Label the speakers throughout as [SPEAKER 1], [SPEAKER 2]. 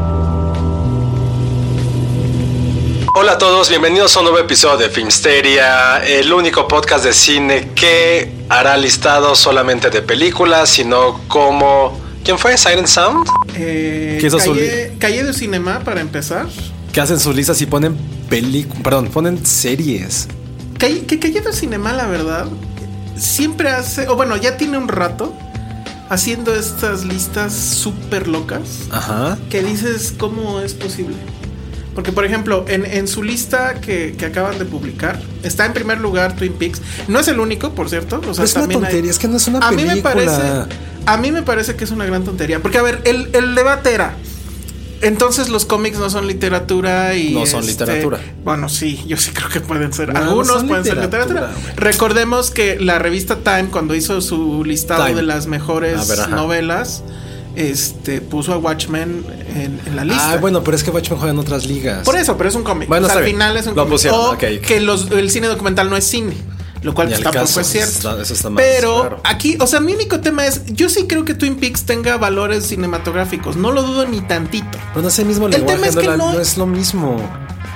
[SPEAKER 1] Hola a todos, bienvenidos a un nuevo episodio de Filmsteria, el único podcast de cine que hará listados solamente de películas, sino como... ¿Quién fue? ¿Siren Sound?
[SPEAKER 2] Eh,
[SPEAKER 1] ¿Qué es azul?
[SPEAKER 2] calle, calle de Cinema para empezar.
[SPEAKER 1] Que hacen sus listas y ponen películas, perdón, ponen series.
[SPEAKER 2] Calle, que Calle de Cinema, la verdad, siempre hace, o bueno, ya tiene un rato haciendo estas listas súper locas
[SPEAKER 1] Ajá.
[SPEAKER 2] que dices cómo es posible. Porque, por ejemplo, en, en su lista que, que acaban de publicar, está en primer lugar Twin Peaks. No es el único, por cierto. O sea,
[SPEAKER 1] es una
[SPEAKER 2] también hay-
[SPEAKER 1] tontería, es que no es una
[SPEAKER 2] a
[SPEAKER 1] película.
[SPEAKER 2] Mí me parece, a mí me parece que es una gran tontería. Porque, a ver, el, el debate era. Entonces los cómics no son literatura y... este,
[SPEAKER 1] No son literatura.
[SPEAKER 2] Bueno, sí, yo sí creo que pueden ser.
[SPEAKER 1] No, no
[SPEAKER 2] Algunos
[SPEAKER 1] son
[SPEAKER 2] pueden ser
[SPEAKER 1] literatura,
[SPEAKER 2] literatura. Recordemos que la revista Time, cuando hizo su listado
[SPEAKER 1] Time.
[SPEAKER 2] de las
[SPEAKER 1] A
[SPEAKER 2] mejores
[SPEAKER 1] ver, ajá.
[SPEAKER 2] novelas, este puso a Watchmen en, en la lista.
[SPEAKER 1] Ah, bueno, pero es que Watchmen juega en otras ligas.
[SPEAKER 2] Por eso, pero es un cómic.
[SPEAKER 1] Bueno,
[SPEAKER 2] O sea,
[SPEAKER 1] está
[SPEAKER 2] al
[SPEAKER 1] bien.
[SPEAKER 2] final es un
[SPEAKER 1] Lo
[SPEAKER 2] cómic.
[SPEAKER 1] pusieron,
[SPEAKER 2] O
[SPEAKER 1] ok.
[SPEAKER 2] que los- el cine documental no es cine. Lo cual
[SPEAKER 1] Ni
[SPEAKER 2] pues,
[SPEAKER 1] al
[SPEAKER 2] tampoco
[SPEAKER 1] caso,
[SPEAKER 2] es cierto.
[SPEAKER 1] está- eso está más
[SPEAKER 2] Pero
[SPEAKER 1] raro.
[SPEAKER 2] aquí, o sea, mi único tema es: yo sí creo que Twin Peaks tenga valores cinematográficos. No lo dudo ni tantito.
[SPEAKER 1] Pero no es el mismo
[SPEAKER 2] El
[SPEAKER 1] lenguaje,
[SPEAKER 2] tema es
[SPEAKER 1] no,
[SPEAKER 2] que
[SPEAKER 1] la-
[SPEAKER 2] no-
[SPEAKER 1] no es lo mismo.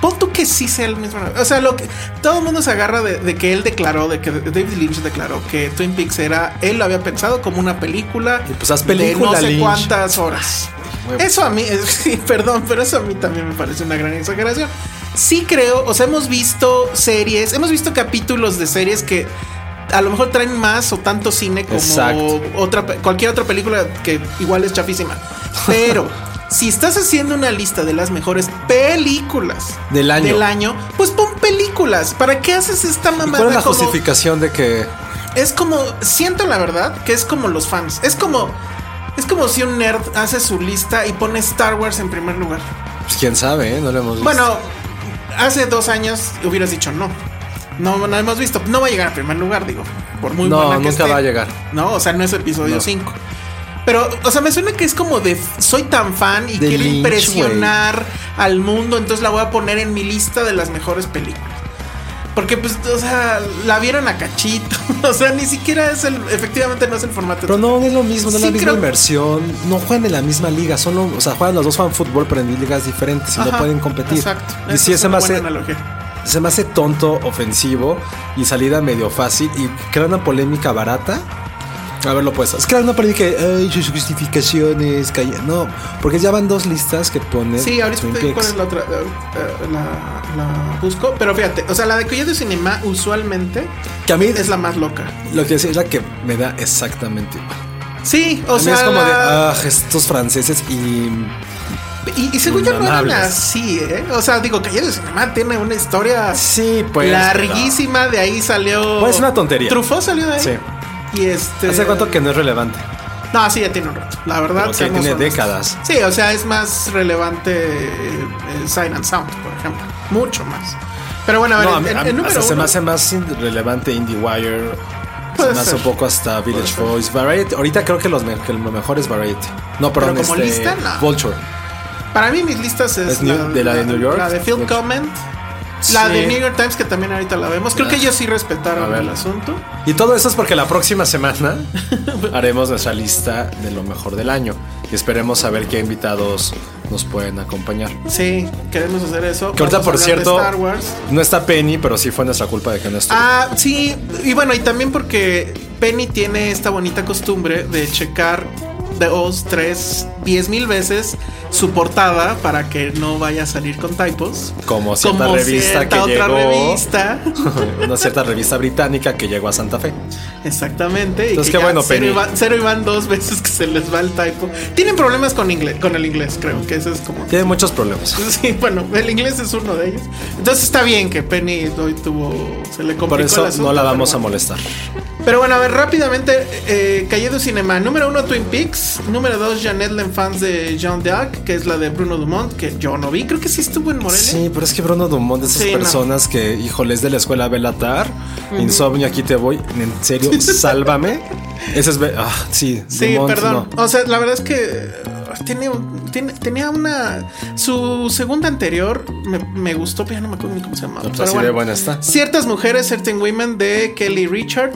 [SPEAKER 2] Pon tú que sí sea el mismo. O sea, lo que todo el mundo se agarra de, de que él declaró, de que David Lynch declaró que Twin Peaks era, él lo había pensado como una película.
[SPEAKER 1] Y, pues, haz
[SPEAKER 2] de
[SPEAKER 1] película,
[SPEAKER 2] no sé
[SPEAKER 1] Lynch.
[SPEAKER 2] cuántas horas. Eso a mí, sí, perdón, pero eso a mí también me parece una gran exageración. Sí creo, o sea, hemos visto series, hemos visto capítulos de series que a lo mejor traen más o tanto cine como
[SPEAKER 1] Exacto.
[SPEAKER 2] otra pe- cualquier otra película que igual es chafísima. Pero si estás haciendo una lista de las mejores películas
[SPEAKER 1] Del año.
[SPEAKER 2] pues pon películas. ¿Para qué haces esta
[SPEAKER 1] ¿Y
[SPEAKER 2] mamada?
[SPEAKER 1] cuál es la
[SPEAKER 2] Ah, como-
[SPEAKER 1] justificación de que
[SPEAKER 2] es como siento la verdad que es como los fans. Es como es como si un nerd hace su lista y pone Star Wars en primer lugar.
[SPEAKER 1] pues, quién sabe, eh? no lo hemos visto?
[SPEAKER 2] Bueno, hace dos años hubieras dicho no. No, no hemos visto. No va a llegar a primer lugar, digo. Por muy
[SPEAKER 1] No,
[SPEAKER 2] buena que
[SPEAKER 1] nunca
[SPEAKER 2] esté.
[SPEAKER 1] va a llegar.
[SPEAKER 2] No, o sea, no es episodio
[SPEAKER 1] No.
[SPEAKER 2] 5. Pero, o sea, me suena que es como de f- soy tan fan y
[SPEAKER 1] De
[SPEAKER 2] quiero
[SPEAKER 1] Lynch,
[SPEAKER 2] impresionar al mundo, entonces la voy a poner en mi lista de las mejores películas. Porque, pues, o sea, la vieron a cachito. O sea, ni siquiera es el. Efectivamente, no es el formato.
[SPEAKER 1] Pero no, no es lo mismo, no es
[SPEAKER 2] Sí,
[SPEAKER 1] la misma
[SPEAKER 2] creo-
[SPEAKER 1] inversión. No juegan en la misma liga, son lo- o sea, juegan los dos fan fútbol, pero en ligas diferentes y no
[SPEAKER 2] Ajá,
[SPEAKER 1] pueden competir.
[SPEAKER 2] Exacto.
[SPEAKER 1] Y
[SPEAKER 2] Esa
[SPEAKER 1] si
[SPEAKER 2] es
[SPEAKER 1] se
[SPEAKER 2] una
[SPEAKER 1] me,
[SPEAKER 2] buena
[SPEAKER 1] hace,
[SPEAKER 2] analogía.
[SPEAKER 1] se me hace tonto, ofensivo y salida medio fácil y crea una polémica barata. A ver, lo pues. Es crear una polémica de, ay, sus justificaciones, calla. No, porque ya van dos listas que ponen.
[SPEAKER 2] Sí, ahorita
[SPEAKER 1] Twin
[SPEAKER 2] te digo cuál
[SPEAKER 1] Peaks.
[SPEAKER 2] es la otra. eh, eh, La, la busco. Pero fíjate, o sea, la de Cuyo de Cinema usualmente
[SPEAKER 1] Que a mí
[SPEAKER 2] es la más loca.
[SPEAKER 1] Lo que decía es la que me da exactamente igual.
[SPEAKER 2] Sí, o
[SPEAKER 1] A mí
[SPEAKER 2] sea.
[SPEAKER 1] es como de,
[SPEAKER 2] la-
[SPEAKER 1] ah, estos franceses y.
[SPEAKER 2] Y, y según yo no eran
[SPEAKER 1] Indonables.
[SPEAKER 2] así, ¿eh? O sea, digo, Calle de Cinema tiene una historia
[SPEAKER 1] Sí, pues.
[SPEAKER 2] larguísima, de ahí salió...
[SPEAKER 1] Pues es una tontería.
[SPEAKER 2] Truffaut salió de ahí.
[SPEAKER 1] Sí.
[SPEAKER 2] Y este...
[SPEAKER 1] ¿Hace cuánto que no es relevante?
[SPEAKER 2] No, sí, ya tiene un rato. La verdad,
[SPEAKER 1] Pero sí,
[SPEAKER 2] seamos
[SPEAKER 1] tiene
[SPEAKER 2] honestos.
[SPEAKER 1] décadas.
[SPEAKER 2] Sí, o sea, es más relevante eh, eh, Sign and Sound, por ejemplo. Mucho más. Pero bueno, a ver,
[SPEAKER 1] No, a
[SPEAKER 2] Ah, en-
[SPEAKER 1] mí-
[SPEAKER 2] en-
[SPEAKER 1] a
[SPEAKER 2] en
[SPEAKER 1] mí-
[SPEAKER 2] número
[SPEAKER 1] hasta se me
[SPEAKER 2] uno-
[SPEAKER 1] hace más in- relevante IndieWire. Se
[SPEAKER 2] Puede
[SPEAKER 1] me hace
[SPEAKER 2] ser.
[SPEAKER 1] un poco hasta Village
[SPEAKER 2] Puede
[SPEAKER 1] Voice.
[SPEAKER 2] ser.
[SPEAKER 1] Variety. Ahorita creo que los me- que lo mejor es Variety. No,
[SPEAKER 2] Pero
[SPEAKER 1] perdón,
[SPEAKER 2] como
[SPEAKER 1] este,
[SPEAKER 2] lista, no.
[SPEAKER 1] Vulture.
[SPEAKER 2] Para mí mis listas es,
[SPEAKER 1] Es New- de la de New York.
[SPEAKER 2] la de Phil
[SPEAKER 1] New-
[SPEAKER 2] Comment, La
[SPEAKER 1] Sí. Ah.
[SPEAKER 2] del New York Times, que también ahorita la vemos. Creo que ellos sí
[SPEAKER 1] A
[SPEAKER 2] respetaron
[SPEAKER 1] ver.
[SPEAKER 2] el asunto.
[SPEAKER 1] Y todo esto es porque la próxima semana haremos nuestra lista de lo mejor del año y esperemos saber qué invitados nos pueden acompañar.
[SPEAKER 2] Sí, queremos hacer eso.
[SPEAKER 1] Que ahorita,
[SPEAKER 2] Vamos a
[SPEAKER 1] por
[SPEAKER 2] hablar de
[SPEAKER 1] cierto,
[SPEAKER 2] Star Wars.
[SPEAKER 1] no está Penny, pero sí fue nuestra culpa de que no estuvo.
[SPEAKER 2] Ah, sí, y bueno, y también porque Penny tiene esta bonita costumbre de checar dos, tres, diez mil veces su portada para que no vaya a salir con typos.
[SPEAKER 1] Como cierta revista
[SPEAKER 2] cierta
[SPEAKER 1] que
[SPEAKER 2] otra
[SPEAKER 1] llegó.
[SPEAKER 2] revista.
[SPEAKER 1] Una cierta revista británica que llegó a Santa Fe.
[SPEAKER 2] Exactamente. y
[SPEAKER 1] Entonces, qué
[SPEAKER 2] que ya
[SPEAKER 1] bueno,
[SPEAKER 2] cero
[SPEAKER 1] Penny.
[SPEAKER 2] y, van, cero y van dos veces que se les va el typo. Tienen problemas con inglés, con el inglés, creo que eso es como.
[SPEAKER 1] Tiene muchos problemas.
[SPEAKER 2] Sí, bueno, el inglés es uno de ellos. Entonces está bien que Penny hoy tuvo. Se le complicó
[SPEAKER 1] Por
[SPEAKER 2] el
[SPEAKER 1] eso
[SPEAKER 2] asunto,
[SPEAKER 1] no la
[SPEAKER 2] pero
[SPEAKER 1] vamos a
[SPEAKER 2] bueno.
[SPEAKER 1] molestar.
[SPEAKER 2] Pero bueno, a ver, rápidamente, eh, Calle du Cinema. Número uno, Twin Peaks. Número dos, Janet Lenfans de Jean d'Arc, que es la de Bruno Dumont, que yo no vi. Creo que sí estuvo en Morelia.
[SPEAKER 1] Sí, pero es que Bruno Dumont de esas
[SPEAKER 2] Sí, no.
[SPEAKER 1] personas que, híjole, es de la escuela Belatar, Insomnio, aquí te voy, en serio, sálvame. Ese es... Be- Ah, sí,
[SPEAKER 2] Sí,
[SPEAKER 1] Dumont,
[SPEAKER 2] perdón.
[SPEAKER 1] no.
[SPEAKER 2] O sea, la verdad es que eh, tiene, un- tiene- tenía una. Su segunda anterior me, me gustó, pero ya no me acuerdo ni cómo se llamaba.
[SPEAKER 1] Pues
[SPEAKER 2] Pero
[SPEAKER 1] así
[SPEAKER 2] bueno.
[SPEAKER 1] de buena está.
[SPEAKER 2] Ciertas mujeres, Certain Women de Kelly Richard.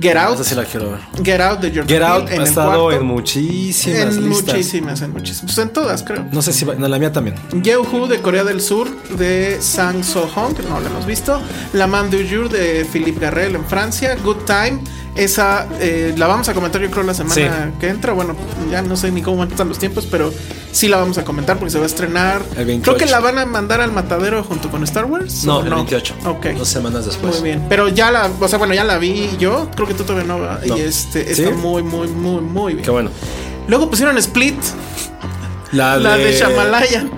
[SPEAKER 2] Get Out.
[SPEAKER 1] Esa sí la quiero ver.
[SPEAKER 2] Get Out de Jordan
[SPEAKER 1] Get Out
[SPEAKER 2] Peele en
[SPEAKER 1] ha
[SPEAKER 2] el
[SPEAKER 1] estado
[SPEAKER 2] cuarto.
[SPEAKER 1] en muchísimas
[SPEAKER 2] En
[SPEAKER 1] listas.
[SPEAKER 2] muchísimas, en muchísimas. Pues en todas, creo.
[SPEAKER 1] No sé si va, no, la mía también.
[SPEAKER 2] Yeohu de Corea del Sur de Sang So Hong, que no lo hemos visto. La Man du Jour de Philippe Garrel en Francia. Good Time, esa eh, la vamos a comentar yo creo la semana
[SPEAKER 1] Sí.
[SPEAKER 2] que entra. Bueno, ya no sé ni cómo están los tiempos, pero sí la vamos a comentar porque se va a estrenar.
[SPEAKER 1] El 28.
[SPEAKER 2] Creo que la van a mandar al matadero junto con Star Wars.
[SPEAKER 1] No,
[SPEAKER 2] ¿o
[SPEAKER 1] el 28.
[SPEAKER 2] Ok.
[SPEAKER 1] Dos semanas después.
[SPEAKER 2] Muy bien. Pero ya la, o sea, bueno, ya la vi yo. Creo que tú todavía no, ¿verdad?
[SPEAKER 1] No.
[SPEAKER 2] Y este
[SPEAKER 1] ¿Sí?
[SPEAKER 2] está muy, muy, muy, muy bien.
[SPEAKER 1] Qué bueno.
[SPEAKER 2] Luego pusieron Split,
[SPEAKER 1] La,
[SPEAKER 2] la de Shamalayan.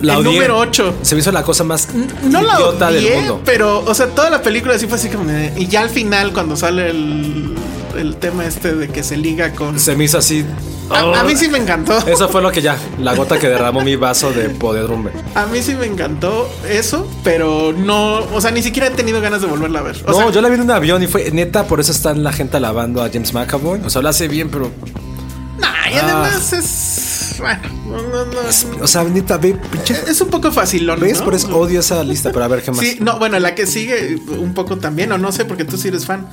[SPEAKER 1] la
[SPEAKER 2] el
[SPEAKER 1] odié.
[SPEAKER 2] número 8.
[SPEAKER 1] Se me hizo la cosa más
[SPEAKER 2] No la
[SPEAKER 1] idiota
[SPEAKER 2] odié,
[SPEAKER 1] del mundo.
[SPEAKER 2] pero, o sea, toda la película sí fue así como... de- Y ya al final, cuando sale el, el tema este de que se liga con...
[SPEAKER 1] Se Oh. me hizo así.
[SPEAKER 2] A, a mí sí me encantó.
[SPEAKER 1] Eso fue lo que ya, la gota que derramó mi vaso de poder rumbe.
[SPEAKER 2] A mí sí me encantó eso, pero no... O sea, ni siquiera he tenido ganas de volverla a ver. O
[SPEAKER 1] no,
[SPEAKER 2] sea,
[SPEAKER 1] yo la vi en un avión y fue neta, por eso está la gente alabando a James McAvoy. O sea, lo hace bien, pero.
[SPEAKER 2] nah, y además
[SPEAKER 1] Ah.
[SPEAKER 2] es... Bueno, no, no, no, es,
[SPEAKER 1] O sea, neta, ve, pinche.
[SPEAKER 2] es un poco facilón,
[SPEAKER 1] ¿Ves?
[SPEAKER 2] ¿no?
[SPEAKER 1] Por eso odio esa lista, pero a ver qué más.
[SPEAKER 2] Sí, no, bueno, la que sigue un poco también, o no sé, porque tú sí eres fan.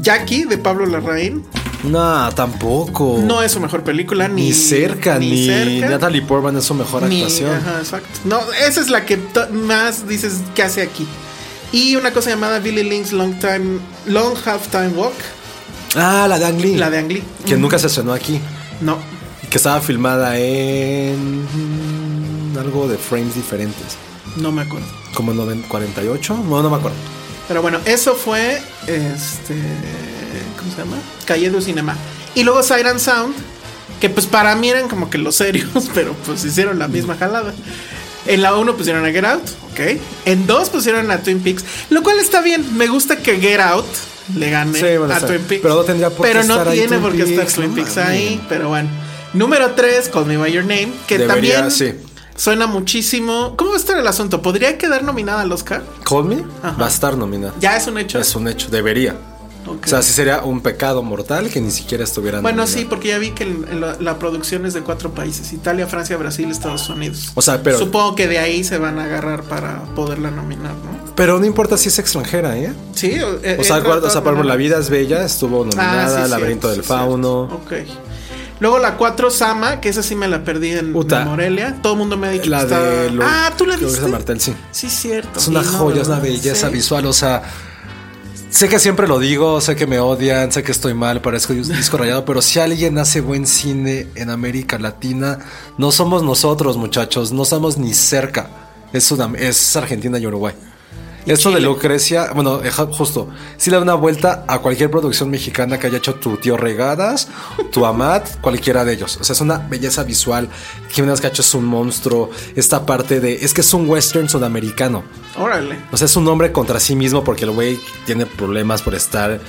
[SPEAKER 2] Jackie, de Pablo Larraín,
[SPEAKER 1] No, tampoco.
[SPEAKER 2] no es su mejor película,
[SPEAKER 1] Oh.
[SPEAKER 2] ni...
[SPEAKER 1] ni cerca, ni,
[SPEAKER 2] cerca.
[SPEAKER 1] Natalie Portman es su mejor
[SPEAKER 2] Ni-
[SPEAKER 1] actuación.
[SPEAKER 2] ajá, exacto. No, esa es la que to- más dices que hace aquí. Y una cosa llamada Billy Link's Long Time, Long Half Time Walk,
[SPEAKER 1] Ah, la de Ang Lee.
[SPEAKER 2] la de Ang Lee. Mm,
[SPEAKER 1] Que nunca se estrenó aquí.
[SPEAKER 2] No.
[SPEAKER 1] Y que estaba filmada en. mm, Algo de frames diferentes.
[SPEAKER 2] No me acuerdo.
[SPEAKER 1] Como noven- 48. No, no me acuerdo.
[SPEAKER 2] Pero bueno, eso fue. Este. ¿Cómo se llama? Calle du Cinema. Y luego Siren Sound. Que pues para mí eran como que los serios. Pero pues hicieron la misma jalada. En la 1 pusieron a Get Out. Ok. En 2 pusieron a Twin Peaks. Lo cual está bien. Me gusta que Get Out le gane
[SPEAKER 1] Sí, bueno,
[SPEAKER 2] a
[SPEAKER 1] está
[SPEAKER 2] Twin
[SPEAKER 1] bien.
[SPEAKER 2] Peaks.
[SPEAKER 1] Pero no tendría por qué
[SPEAKER 2] Pero no
[SPEAKER 1] estar ahí
[SPEAKER 2] tiene
[SPEAKER 1] Twin
[SPEAKER 2] por qué estar
[SPEAKER 1] Peaks,
[SPEAKER 2] Twin
[SPEAKER 1] no
[SPEAKER 2] Peaks
[SPEAKER 1] mames.
[SPEAKER 2] ahí. Pero bueno. Número 3, Call Me By Your Name. Que
[SPEAKER 1] Debería,
[SPEAKER 2] también
[SPEAKER 1] sí.
[SPEAKER 2] suena muchísimo. ¿Cómo va a estar el asunto? ¿Podría quedar nominada al Oscar?
[SPEAKER 1] Call Me
[SPEAKER 2] Ajá.
[SPEAKER 1] va a estar nominada.
[SPEAKER 2] Ya es un hecho.
[SPEAKER 1] Es un hecho, debería.
[SPEAKER 2] Ok.
[SPEAKER 1] O sea, sí sería un pecado mortal que ni siquiera estuvieran.
[SPEAKER 2] Bueno, sí,
[SPEAKER 1] nominadas.
[SPEAKER 2] porque ya vi que el- el- la, la producción es de cuatro países: Italia, Francia, Brasil, Estados Unidos.
[SPEAKER 1] O sea, pero-
[SPEAKER 2] Supongo que de ahí se van a agarrar para poderla nominar, ¿no?
[SPEAKER 1] Pero no importa si es extranjera, ¿eh?
[SPEAKER 2] Sí, o, eh,
[SPEAKER 1] O sea,
[SPEAKER 2] entra
[SPEAKER 1] guarda- o sea,
[SPEAKER 2] de todas
[SPEAKER 1] por ejemplo, La
[SPEAKER 2] maneras.
[SPEAKER 1] vida es bella, estuvo nominada,
[SPEAKER 2] Ah, sí, cierto,
[SPEAKER 1] Laberinto
[SPEAKER 2] sí,
[SPEAKER 1] del
[SPEAKER 2] cierto.
[SPEAKER 1] Fauno.
[SPEAKER 2] Ok. Luego la 4 Sama, que esa sí me la perdí en,
[SPEAKER 1] Puta.
[SPEAKER 2] en Morelia. Todo el mundo me ha dicho
[SPEAKER 1] La
[SPEAKER 2] que está-
[SPEAKER 1] de lo-
[SPEAKER 2] Ah, tú la
[SPEAKER 1] Lourdes
[SPEAKER 2] viste.
[SPEAKER 1] de Martel, sí.
[SPEAKER 2] Sí, cierto.
[SPEAKER 1] Es una
[SPEAKER 2] Sí, no,
[SPEAKER 1] joya, es una
[SPEAKER 2] ¿verdad?
[SPEAKER 1] belleza
[SPEAKER 2] Sí.
[SPEAKER 1] visual. O sea, sé que siempre lo digo, sé que me odian, sé que estoy mal, parezco dis- disco rayado, pero si alguien hace buen cine en América Latina, no somos nosotros, muchachos, no estamos ni cerca. Es, Sudam- es Argentina y Uruguay. Esto de Lucrecia, bueno, eh, ja- justo, si le da una vuelta a cualquier producción mexicana que haya hecho tu tío Regadas, tu Amat, cualquiera de ellos. O sea, es una belleza visual. Jiménez Cacho es un monstruo. Esta parte de. Es que es un western sudamericano.
[SPEAKER 2] Órale.
[SPEAKER 1] O sea, es un hombre contra sí mismo porque el güey tiene problemas por estar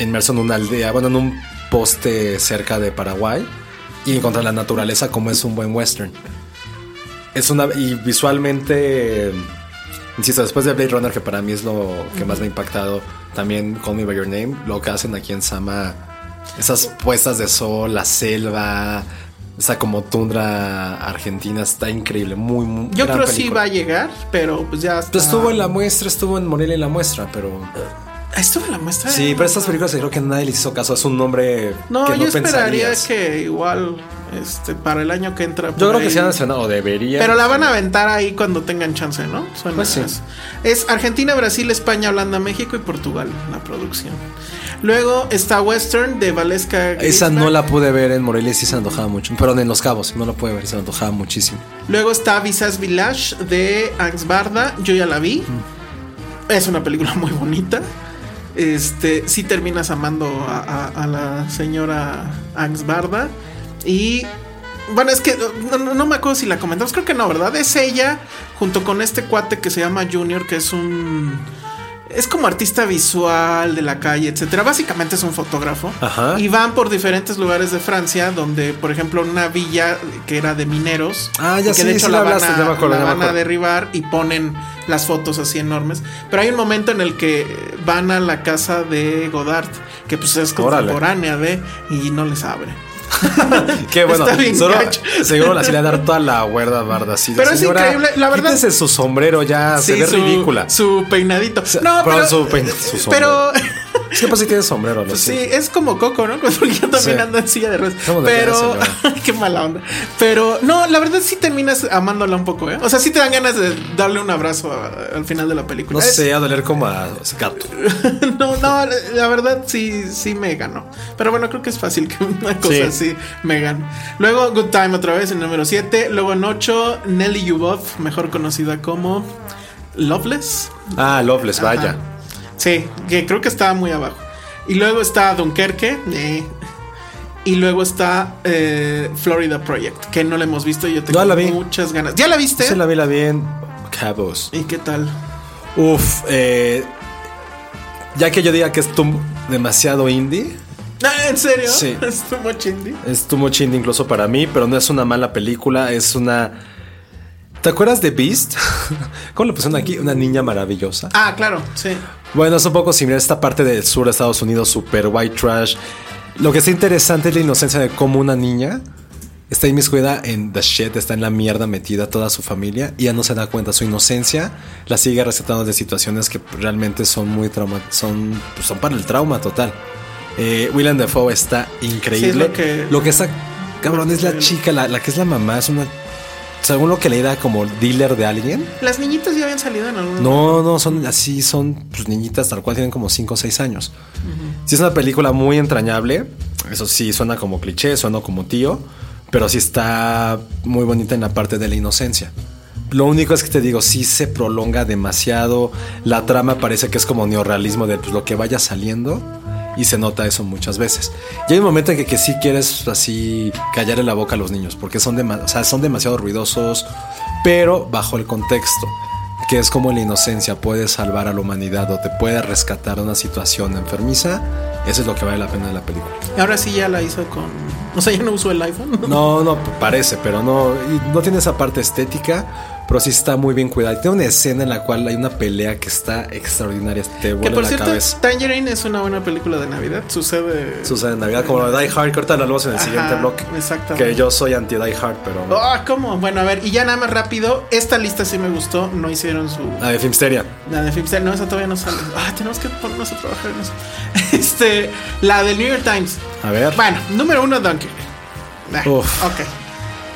[SPEAKER 1] inmerso en una aldea, bueno, en un poste cerca de Paraguay y contra la naturaleza como es un buen western. Es una y visualmente eh, insisto, después de Blade Runner que para mí es lo que más me ha impactado, también Call Me by Your Name, lo que hacen aquí en Sama esas puestas de sol, la selva, Esa como tundra argentina está increíble, muy, muy
[SPEAKER 2] Yo
[SPEAKER 1] gran
[SPEAKER 2] creo sí
[SPEAKER 1] película.
[SPEAKER 2] va a llegar, pero pues ya está.
[SPEAKER 1] Pues estuvo en la muestra, estuvo en Morelia en la muestra, pero.
[SPEAKER 2] Estuvo en la muestra.
[SPEAKER 1] Sí, pero estas películas creo que nadie les hizo caso. Es un nombre
[SPEAKER 2] No,
[SPEAKER 1] que no
[SPEAKER 2] yo esperaría
[SPEAKER 1] pensarías.
[SPEAKER 2] que igual este para el año que entra. por
[SPEAKER 1] Yo creo que
[SPEAKER 2] ahí.
[SPEAKER 1] se han mencionado, o debería.
[SPEAKER 2] Pero la van a aventar ahí cuando tengan chance, ¿no? Suena
[SPEAKER 1] Pues sí.
[SPEAKER 2] es, es Argentina, Brasil, España, Holanda, México y Portugal la producción. Luego está Western de Valesca.
[SPEAKER 1] Esa no
[SPEAKER 2] Grisman.
[SPEAKER 1] la pude ver en Morelia, sí se me antojaba mucho. Perdón, en Los Cabos, no la pude ver, se me antojaba muchísimo.
[SPEAKER 2] Luego está Visas Village de Anx Barda. Yo ya la vi. Es una película muy bonita. Este, sí terminas amando a, a- a la señora Anx Barda. Y bueno, es que no, no- no me acuerdo si la comentamos. Creo que no, ¿verdad? Es ella junto con este cuate que se llama Junior, que es un. Es como artista visual de la calle, etcétera. Básicamente es un fotógrafo.
[SPEAKER 1] Ajá.
[SPEAKER 2] Y van por diferentes lugares de Francia, donde, por ejemplo, una villa que era de mineros.
[SPEAKER 1] Ah, ya
[SPEAKER 2] que
[SPEAKER 1] sí,
[SPEAKER 2] de hecho
[SPEAKER 1] sí
[SPEAKER 2] la
[SPEAKER 1] me
[SPEAKER 2] van,
[SPEAKER 1] hablaste,
[SPEAKER 2] a,
[SPEAKER 1] ya me acuerdo,
[SPEAKER 2] la
[SPEAKER 1] ya me
[SPEAKER 2] van a
[SPEAKER 1] acuerdo.
[SPEAKER 2] derribar y ponen las fotos así enormes. Pero hay un momento en el que van a la casa de Godard, que pues es
[SPEAKER 1] Órale.
[SPEAKER 2] contemporánea de, y no les abre.
[SPEAKER 1] Qué bueno.
[SPEAKER 2] Está bien
[SPEAKER 1] solo-
[SPEAKER 2] gacho.
[SPEAKER 1] seguro así le va a dar toda la huerda barda así. de,
[SPEAKER 2] Pero es
[SPEAKER 1] "Señora,
[SPEAKER 2] increíble, la verdad-
[SPEAKER 1] Quítese su sombrero ya, Ah, se
[SPEAKER 2] Sí,
[SPEAKER 1] ve
[SPEAKER 2] su-
[SPEAKER 1] ridícula.
[SPEAKER 2] Su peinadito.
[SPEAKER 1] sea,
[SPEAKER 2] No,
[SPEAKER 1] perdón,
[SPEAKER 2] pero.
[SPEAKER 1] su pein- su sombrero. Pues
[SPEAKER 2] pero pues
[SPEAKER 1] Es que pasa que tiene sombrero, lo
[SPEAKER 2] Sí,
[SPEAKER 1] siento.
[SPEAKER 2] es como Coco, ¿no? Porque yo también
[SPEAKER 1] Sí.
[SPEAKER 2] ando en silla de ruedas.
[SPEAKER 1] Somos de
[SPEAKER 2] Pero,
[SPEAKER 1] veras,
[SPEAKER 2] qué mala onda. Pero, no, la verdad sí terminas amándola un poco, ¿eh? O sea, sí te dan ganas de darle un abrazo a- al final de la película.
[SPEAKER 1] No
[SPEAKER 2] Es-
[SPEAKER 1] sé, a doler como a o sea, gato.
[SPEAKER 2] no, no, la verdad sí, sí me ganó. Pero bueno, creo que es fácil que una cosa
[SPEAKER 1] Sí.
[SPEAKER 2] así me gane. Luego, Good Time otra vez en número 7. Luego en 8, Nelly Yubov, mejor conocida como Loveless.
[SPEAKER 1] Ah, Loveless, vaya.
[SPEAKER 2] Sí, que creo que estaba muy abajo. Y luego está Dunkerque. eh. Y luego está eh, Florida Project, que no la hemos visto y yo tengo
[SPEAKER 1] No, la vi.
[SPEAKER 2] muchas ganas. ¿Ya la viste?
[SPEAKER 1] Se la vela bien. Cabos.
[SPEAKER 2] ¿Y qué tal?
[SPEAKER 1] Uf, eh, ya que yo diga que es tum- demasiado indie,
[SPEAKER 2] Ah, ¿En serio?
[SPEAKER 1] Sí.
[SPEAKER 2] Es too much indie.
[SPEAKER 1] es too much indie incluso para mí, pero no es una mala película, es una... ¿Te acuerdas de Beast? ¿Cómo le pusieron aquí? Una niña maravillosa.
[SPEAKER 2] Ah, claro, sí.
[SPEAKER 1] Bueno, es un poco similar a esta parte del sur de Estados Unidos, super white trash. Lo que está interesante es la inocencia de cómo una niña está inmiscuida en the shit, está en la mierda metida toda su familia y ya no se da cuenta. Su inocencia la sigue rescatando de situaciones que realmente son muy trauma, son, pues, son para el trauma total. Eh, Willem Dafoe está increíble.
[SPEAKER 2] Sí, es lo que-
[SPEAKER 1] está, cabrón, es la chica, la, la que es la mamá, es una. Según lo que le da como dealer de alguien.
[SPEAKER 2] Las niñitas ya habían salido en algún
[SPEAKER 1] No, no, son así, son pues, niñitas tal cual, tienen como 5 o 6 años. Sí, es una película muy entrañable. Eso sí, suena como cliché, suena como tío, pero sí está muy bonita en la parte de la inocencia. Lo único es que te digo, sí se prolonga demasiado. La trama parece que es como neorrealismo de pues, lo que vaya saliendo. Y se nota eso muchas veces. Y hay un momento en que, que sí quieres así callarle la boca a los niños, porque son, dema- o sea, son demasiado ruidosos, pero bajo el contexto que es como la inocencia puede salvar a la humanidad o te puede rescatar de una situación enfermiza, eso es lo que vale la pena de la película.
[SPEAKER 2] Ahora sí ya la hizo con. O sea, ya no usó el iPhone.
[SPEAKER 1] No, no, parece, pero no, y no tiene esa parte estética, pero sí está muy bien cuidada. Y Tiene una escena en la cual hay una pelea que está extraordinaria, te
[SPEAKER 2] que
[SPEAKER 1] vuela
[SPEAKER 2] por
[SPEAKER 1] la
[SPEAKER 2] cierto,
[SPEAKER 1] cabeza.
[SPEAKER 2] Tangerine es una buena película de Navidad. Sucede.
[SPEAKER 1] Sucede en Navidad, como Die Hard, que ahorita lo hablamos en el
[SPEAKER 2] Ajá,
[SPEAKER 1] siguiente bloque.
[SPEAKER 2] exactamente.
[SPEAKER 1] Que yo soy anti Die Hard, pero...
[SPEAKER 2] Ah, ¿cómo? Bueno, a ver, y ya nada más rápido. Esta lista sí me gustó. No hicieron su.
[SPEAKER 1] Ah, de Filmsteria.
[SPEAKER 2] La de Filmsteria, no, esa todavía no sale. Ah, tenemos que ponernos a trabajar en eso. Este, la del New York Times.
[SPEAKER 1] A ver.
[SPEAKER 2] Bueno, número uno, Dunker. Ah,
[SPEAKER 1] Uf.
[SPEAKER 2] Ok.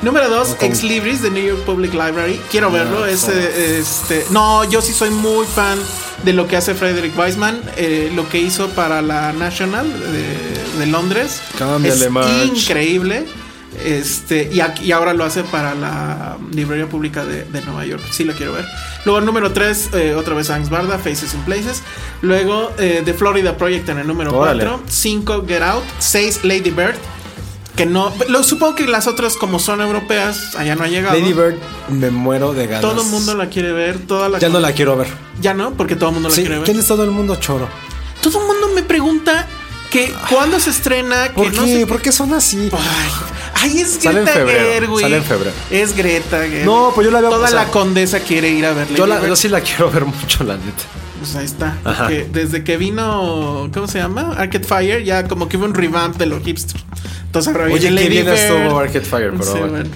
[SPEAKER 2] Número dos,
[SPEAKER 1] con-
[SPEAKER 2] Ex Libris de New York Public Library. Quiero verlo.
[SPEAKER 1] No,
[SPEAKER 2] ese,
[SPEAKER 1] joder.
[SPEAKER 2] este, no, yo sí soy muy fan de lo que hace Frederick Weisman. eh, lo que hizo para la National de, de Londres.
[SPEAKER 1] Cámbiale,
[SPEAKER 2] es
[SPEAKER 1] March.
[SPEAKER 2] increíble. Este, y, aquí- y ahora lo hace para la librería pública de, de Nueva York. Sí, la quiero ver. Luego, número 3, otra vez Angs Barda, Faces in Places. Luego, eh, The Florida Project en el número
[SPEAKER 1] Órale.
[SPEAKER 2] 4. 5, Get Out. 6, Lady Bird. Que no. Lo, supongo que las otras, como son europeas, allá no ha llegado.
[SPEAKER 1] Lady Bird, me muero de ganas.
[SPEAKER 2] Todo el mundo la quiere ver. Toda la
[SPEAKER 1] Ya no la quiero ver.
[SPEAKER 2] Ya no, porque todo el mundo la
[SPEAKER 1] Sí,
[SPEAKER 2] quiere ver.
[SPEAKER 1] ¿Quién es todo el mundo choro?
[SPEAKER 2] Todo el mundo me pregunta que cuándo se estrena.
[SPEAKER 1] ¿Por
[SPEAKER 2] que
[SPEAKER 1] qué?
[SPEAKER 2] no sé
[SPEAKER 1] ¿Por qué son así?
[SPEAKER 2] Ay, ay, es
[SPEAKER 1] Sale en
[SPEAKER 2] Greta
[SPEAKER 1] febrero,
[SPEAKER 2] Gerwig.
[SPEAKER 1] sale en febrero.
[SPEAKER 2] Es Greta Gerwig.
[SPEAKER 1] No, pues yo la veo-
[SPEAKER 2] Toda
[SPEAKER 1] o sea,
[SPEAKER 2] la condesa quiere ir a verla.
[SPEAKER 1] Yo, la- yo sí la quiero ver mucho, la neta.
[SPEAKER 2] pues ahí está. Que desde que vino, ¿cómo se llama? Arcade Fire, ya como que hubo un revamp de lo hipster. Entonces ahora
[SPEAKER 1] Oye,
[SPEAKER 2] viene
[SPEAKER 1] qué
[SPEAKER 2] Lady
[SPEAKER 1] bien
[SPEAKER 2] Bird.
[SPEAKER 1] estuvo Arcade Fire, pero
[SPEAKER 2] Sí,
[SPEAKER 1] bueno.
[SPEAKER 2] bueno.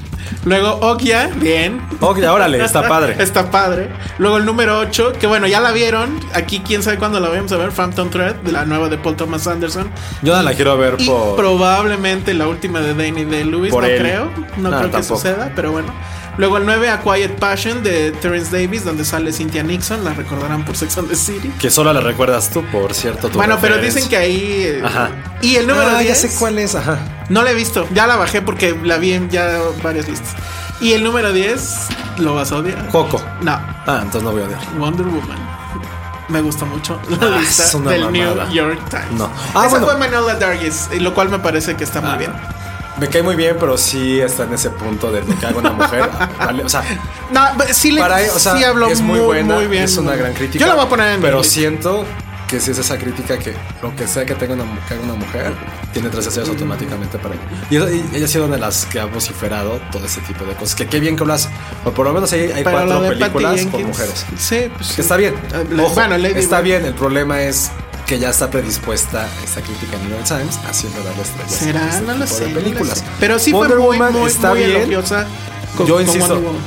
[SPEAKER 2] Luego Okia, bien.
[SPEAKER 1] Ok, órale, está padre.
[SPEAKER 2] Está padre. Luego el número 8, que bueno, ya la vieron. Aquí quién sabe cuándo la vamos a ver. Phantom Thread, de la nueva de Paul Thomas Anderson.
[SPEAKER 1] Yo no la quiero ver
[SPEAKER 2] Y
[SPEAKER 1] por.
[SPEAKER 2] probablemente la última de Danny de Lewis,
[SPEAKER 1] Por
[SPEAKER 2] no
[SPEAKER 1] él.
[SPEAKER 2] creo. No,
[SPEAKER 1] No,
[SPEAKER 2] creo que
[SPEAKER 1] tampoco.
[SPEAKER 2] suceda, pero bueno. Luego el 9, A Quiet Passion de Terence Davis, donde sale Cynthia Nixon, la recordarán por Sex and the City.
[SPEAKER 1] Que solo la recuerdas tú, por cierto. tu
[SPEAKER 2] Bueno, pero
[SPEAKER 1] referencia.
[SPEAKER 2] dicen que ahí. eh,
[SPEAKER 1] Ajá.
[SPEAKER 2] Y el número
[SPEAKER 1] Ah,
[SPEAKER 2] 10.
[SPEAKER 1] ya sé cuál es, ajá.
[SPEAKER 2] No la he visto, ya la bajé porque la vi en ya varias listas. Y el número 10, lo vas a odiar.
[SPEAKER 1] Coco.
[SPEAKER 2] No,
[SPEAKER 1] Ah, entonces no voy a odiar.
[SPEAKER 2] Wonder Woman. Me gustó mucho la
[SPEAKER 1] Ah,
[SPEAKER 2] lista
[SPEAKER 1] es una
[SPEAKER 2] del
[SPEAKER 1] mamada.
[SPEAKER 2] New York Times.
[SPEAKER 1] No. Ah,
[SPEAKER 2] Esa
[SPEAKER 1] bueno. Ah.
[SPEAKER 2] fue Manola Dargis, y lo cual me parece que está muy bien.
[SPEAKER 1] Me cae muy bien, pero sí está en ese punto de me cago una mujer. Vale, o sea,
[SPEAKER 2] No, pero sí le
[SPEAKER 1] para o sea,
[SPEAKER 2] sí habló
[SPEAKER 1] es muy, buena,
[SPEAKER 2] bien.
[SPEAKER 1] es una gran crítica.
[SPEAKER 2] Yo la voy a poner en mi
[SPEAKER 1] Pero
[SPEAKER 2] lista.
[SPEAKER 1] siento que si es esa crítica que lo que sea que tenga una, mu- que haga una mujer, tiene tres deseos
[SPEAKER 2] Mm.
[SPEAKER 1] automáticamente para ella. Y, eso- y ella ha sido una de las que ha vociferado todo ese tipo de cosas. Que qué bien que hablas, o por lo menos hay, hay
[SPEAKER 2] Pero
[SPEAKER 1] cuatro
[SPEAKER 2] la de Patty
[SPEAKER 1] películas con
[SPEAKER 2] Jenkins,
[SPEAKER 1] mujeres.
[SPEAKER 2] Sí, pues sí.
[SPEAKER 1] Está bien.
[SPEAKER 2] Eh, la-
[SPEAKER 1] Ojo,
[SPEAKER 2] bueno, Lady
[SPEAKER 1] está
[SPEAKER 2] Bird.
[SPEAKER 1] bien. El problema es que ya está predispuesta esta crítica en New York Times a siempre darle estrellas. a
[SPEAKER 2] Será,
[SPEAKER 1] este
[SPEAKER 2] no lo
[SPEAKER 1] tipo
[SPEAKER 2] sé.
[SPEAKER 1] de
[SPEAKER 2] no lo
[SPEAKER 1] películas.
[SPEAKER 2] sé. Pero sí
[SPEAKER 1] Wonder
[SPEAKER 2] fue muy,
[SPEAKER 1] Woman
[SPEAKER 2] muy,
[SPEAKER 1] está
[SPEAKER 2] muy
[SPEAKER 1] bien.
[SPEAKER 2] elogiosa
[SPEAKER 1] Yo
[SPEAKER 2] Wonder
[SPEAKER 1] insisto.
[SPEAKER 2] Woman.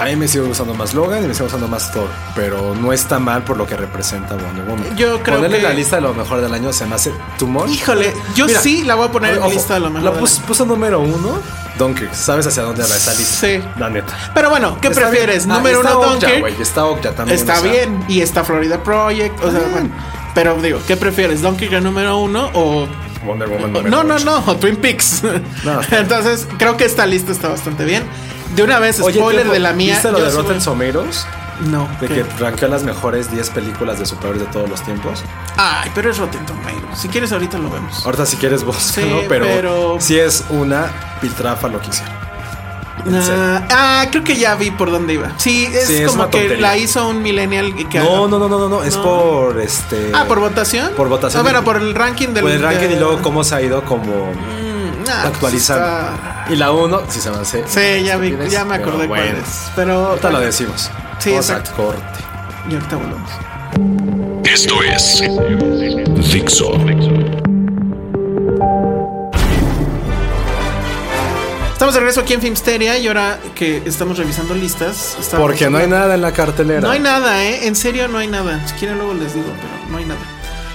[SPEAKER 1] A mí me sigue gustando más Logan y me sigue gustando más Thor, pero no está mal por lo que representa Wonder Woman.
[SPEAKER 2] Yo creo
[SPEAKER 1] Ponerle
[SPEAKER 2] que-
[SPEAKER 1] la lista de lo mejor del año se me hace tumor.
[SPEAKER 2] Híjole, yo
[SPEAKER 1] Mira,
[SPEAKER 2] sí la voy a poner en
[SPEAKER 1] ojo,
[SPEAKER 2] mi lista a lo mejor.
[SPEAKER 1] La
[SPEAKER 2] del
[SPEAKER 1] pus-
[SPEAKER 2] año.
[SPEAKER 1] puso número uno, Dunkirk. ¿Sabes hacia dónde va esa lista?
[SPEAKER 2] Sí.
[SPEAKER 1] La neta.
[SPEAKER 2] Pero bueno, ¿qué
[SPEAKER 1] Está
[SPEAKER 2] prefieres?
[SPEAKER 1] bien. Ah,
[SPEAKER 2] Número
[SPEAKER 1] está
[SPEAKER 2] uno,
[SPEAKER 1] Okja,
[SPEAKER 2] Dunkirk.
[SPEAKER 1] güey, Está Okja también.
[SPEAKER 2] Está
[SPEAKER 1] o sea,
[SPEAKER 2] bien. Y está Florida Project. O sea, bueno. Pero digo, ¿qué prefieres? ¿Dunkirk el número uno o.?
[SPEAKER 1] Wonder Woman número
[SPEAKER 2] No, Eh, no,
[SPEAKER 1] ocho.
[SPEAKER 2] no, o Twin Peaks.
[SPEAKER 1] No.
[SPEAKER 2] Entonces, creo que esta lista está bastante bien. De una vez,
[SPEAKER 1] Oye,
[SPEAKER 2] spoiler
[SPEAKER 1] tiempo,
[SPEAKER 2] de la mía.
[SPEAKER 1] ¿Viste lo
[SPEAKER 2] yo
[SPEAKER 1] de
[SPEAKER 2] sí voy-
[SPEAKER 1] Rotten Tomatoes?
[SPEAKER 2] No.
[SPEAKER 1] De
[SPEAKER 2] ¿qué?
[SPEAKER 1] que ranqueó las mejores 10 películas de superhéroes de todos los tiempos.
[SPEAKER 2] Ay, pero es Rotten Tomatoes. Si quieres, ahorita lo vemos.
[SPEAKER 1] Ahorita si quieres vos,
[SPEAKER 2] Sí,
[SPEAKER 1] ¿no? Pero,
[SPEAKER 2] pero-
[SPEAKER 1] si es una piltrafa lo que hicieron.
[SPEAKER 2] Ah, ah, creo que ya vi por dónde iba. Sí, es
[SPEAKER 1] Sí, es
[SPEAKER 2] como
[SPEAKER 1] una
[SPEAKER 2] que
[SPEAKER 1] tontería.
[SPEAKER 2] la hizo un millennial que- que
[SPEAKER 1] No, no, no, no, no, no, es por este.
[SPEAKER 2] Ah, por votación.
[SPEAKER 1] Por votación.
[SPEAKER 2] Ah, bueno, por el ranking del
[SPEAKER 1] Por el ranking
[SPEAKER 2] de-
[SPEAKER 1] y luego cómo se ha ido como
[SPEAKER 2] Mm, ah,
[SPEAKER 1] actualizando. Y
[SPEAKER 2] pues
[SPEAKER 1] la 1, si se me hace.
[SPEAKER 2] está- Sí, ya vi,
[SPEAKER 1] estupidez,
[SPEAKER 2] ya me
[SPEAKER 1] pero
[SPEAKER 2] acordé
[SPEAKER 1] bueno,
[SPEAKER 2] cuál es. Pero
[SPEAKER 1] Ahorita lo decimos.
[SPEAKER 2] Sí,
[SPEAKER 1] Cosa
[SPEAKER 2] exacto.
[SPEAKER 1] corte.
[SPEAKER 2] y ahorita volvemos.
[SPEAKER 3] Esto es Dixo.
[SPEAKER 2] Estamos de regreso aquí en Filmsteria y ahora que estamos revisando listas, estamos-
[SPEAKER 1] Porque no hay nada en la cartelera.
[SPEAKER 2] No hay nada, ¿eh? En serio no hay nada. Si quieren luego les digo, pero no hay nada.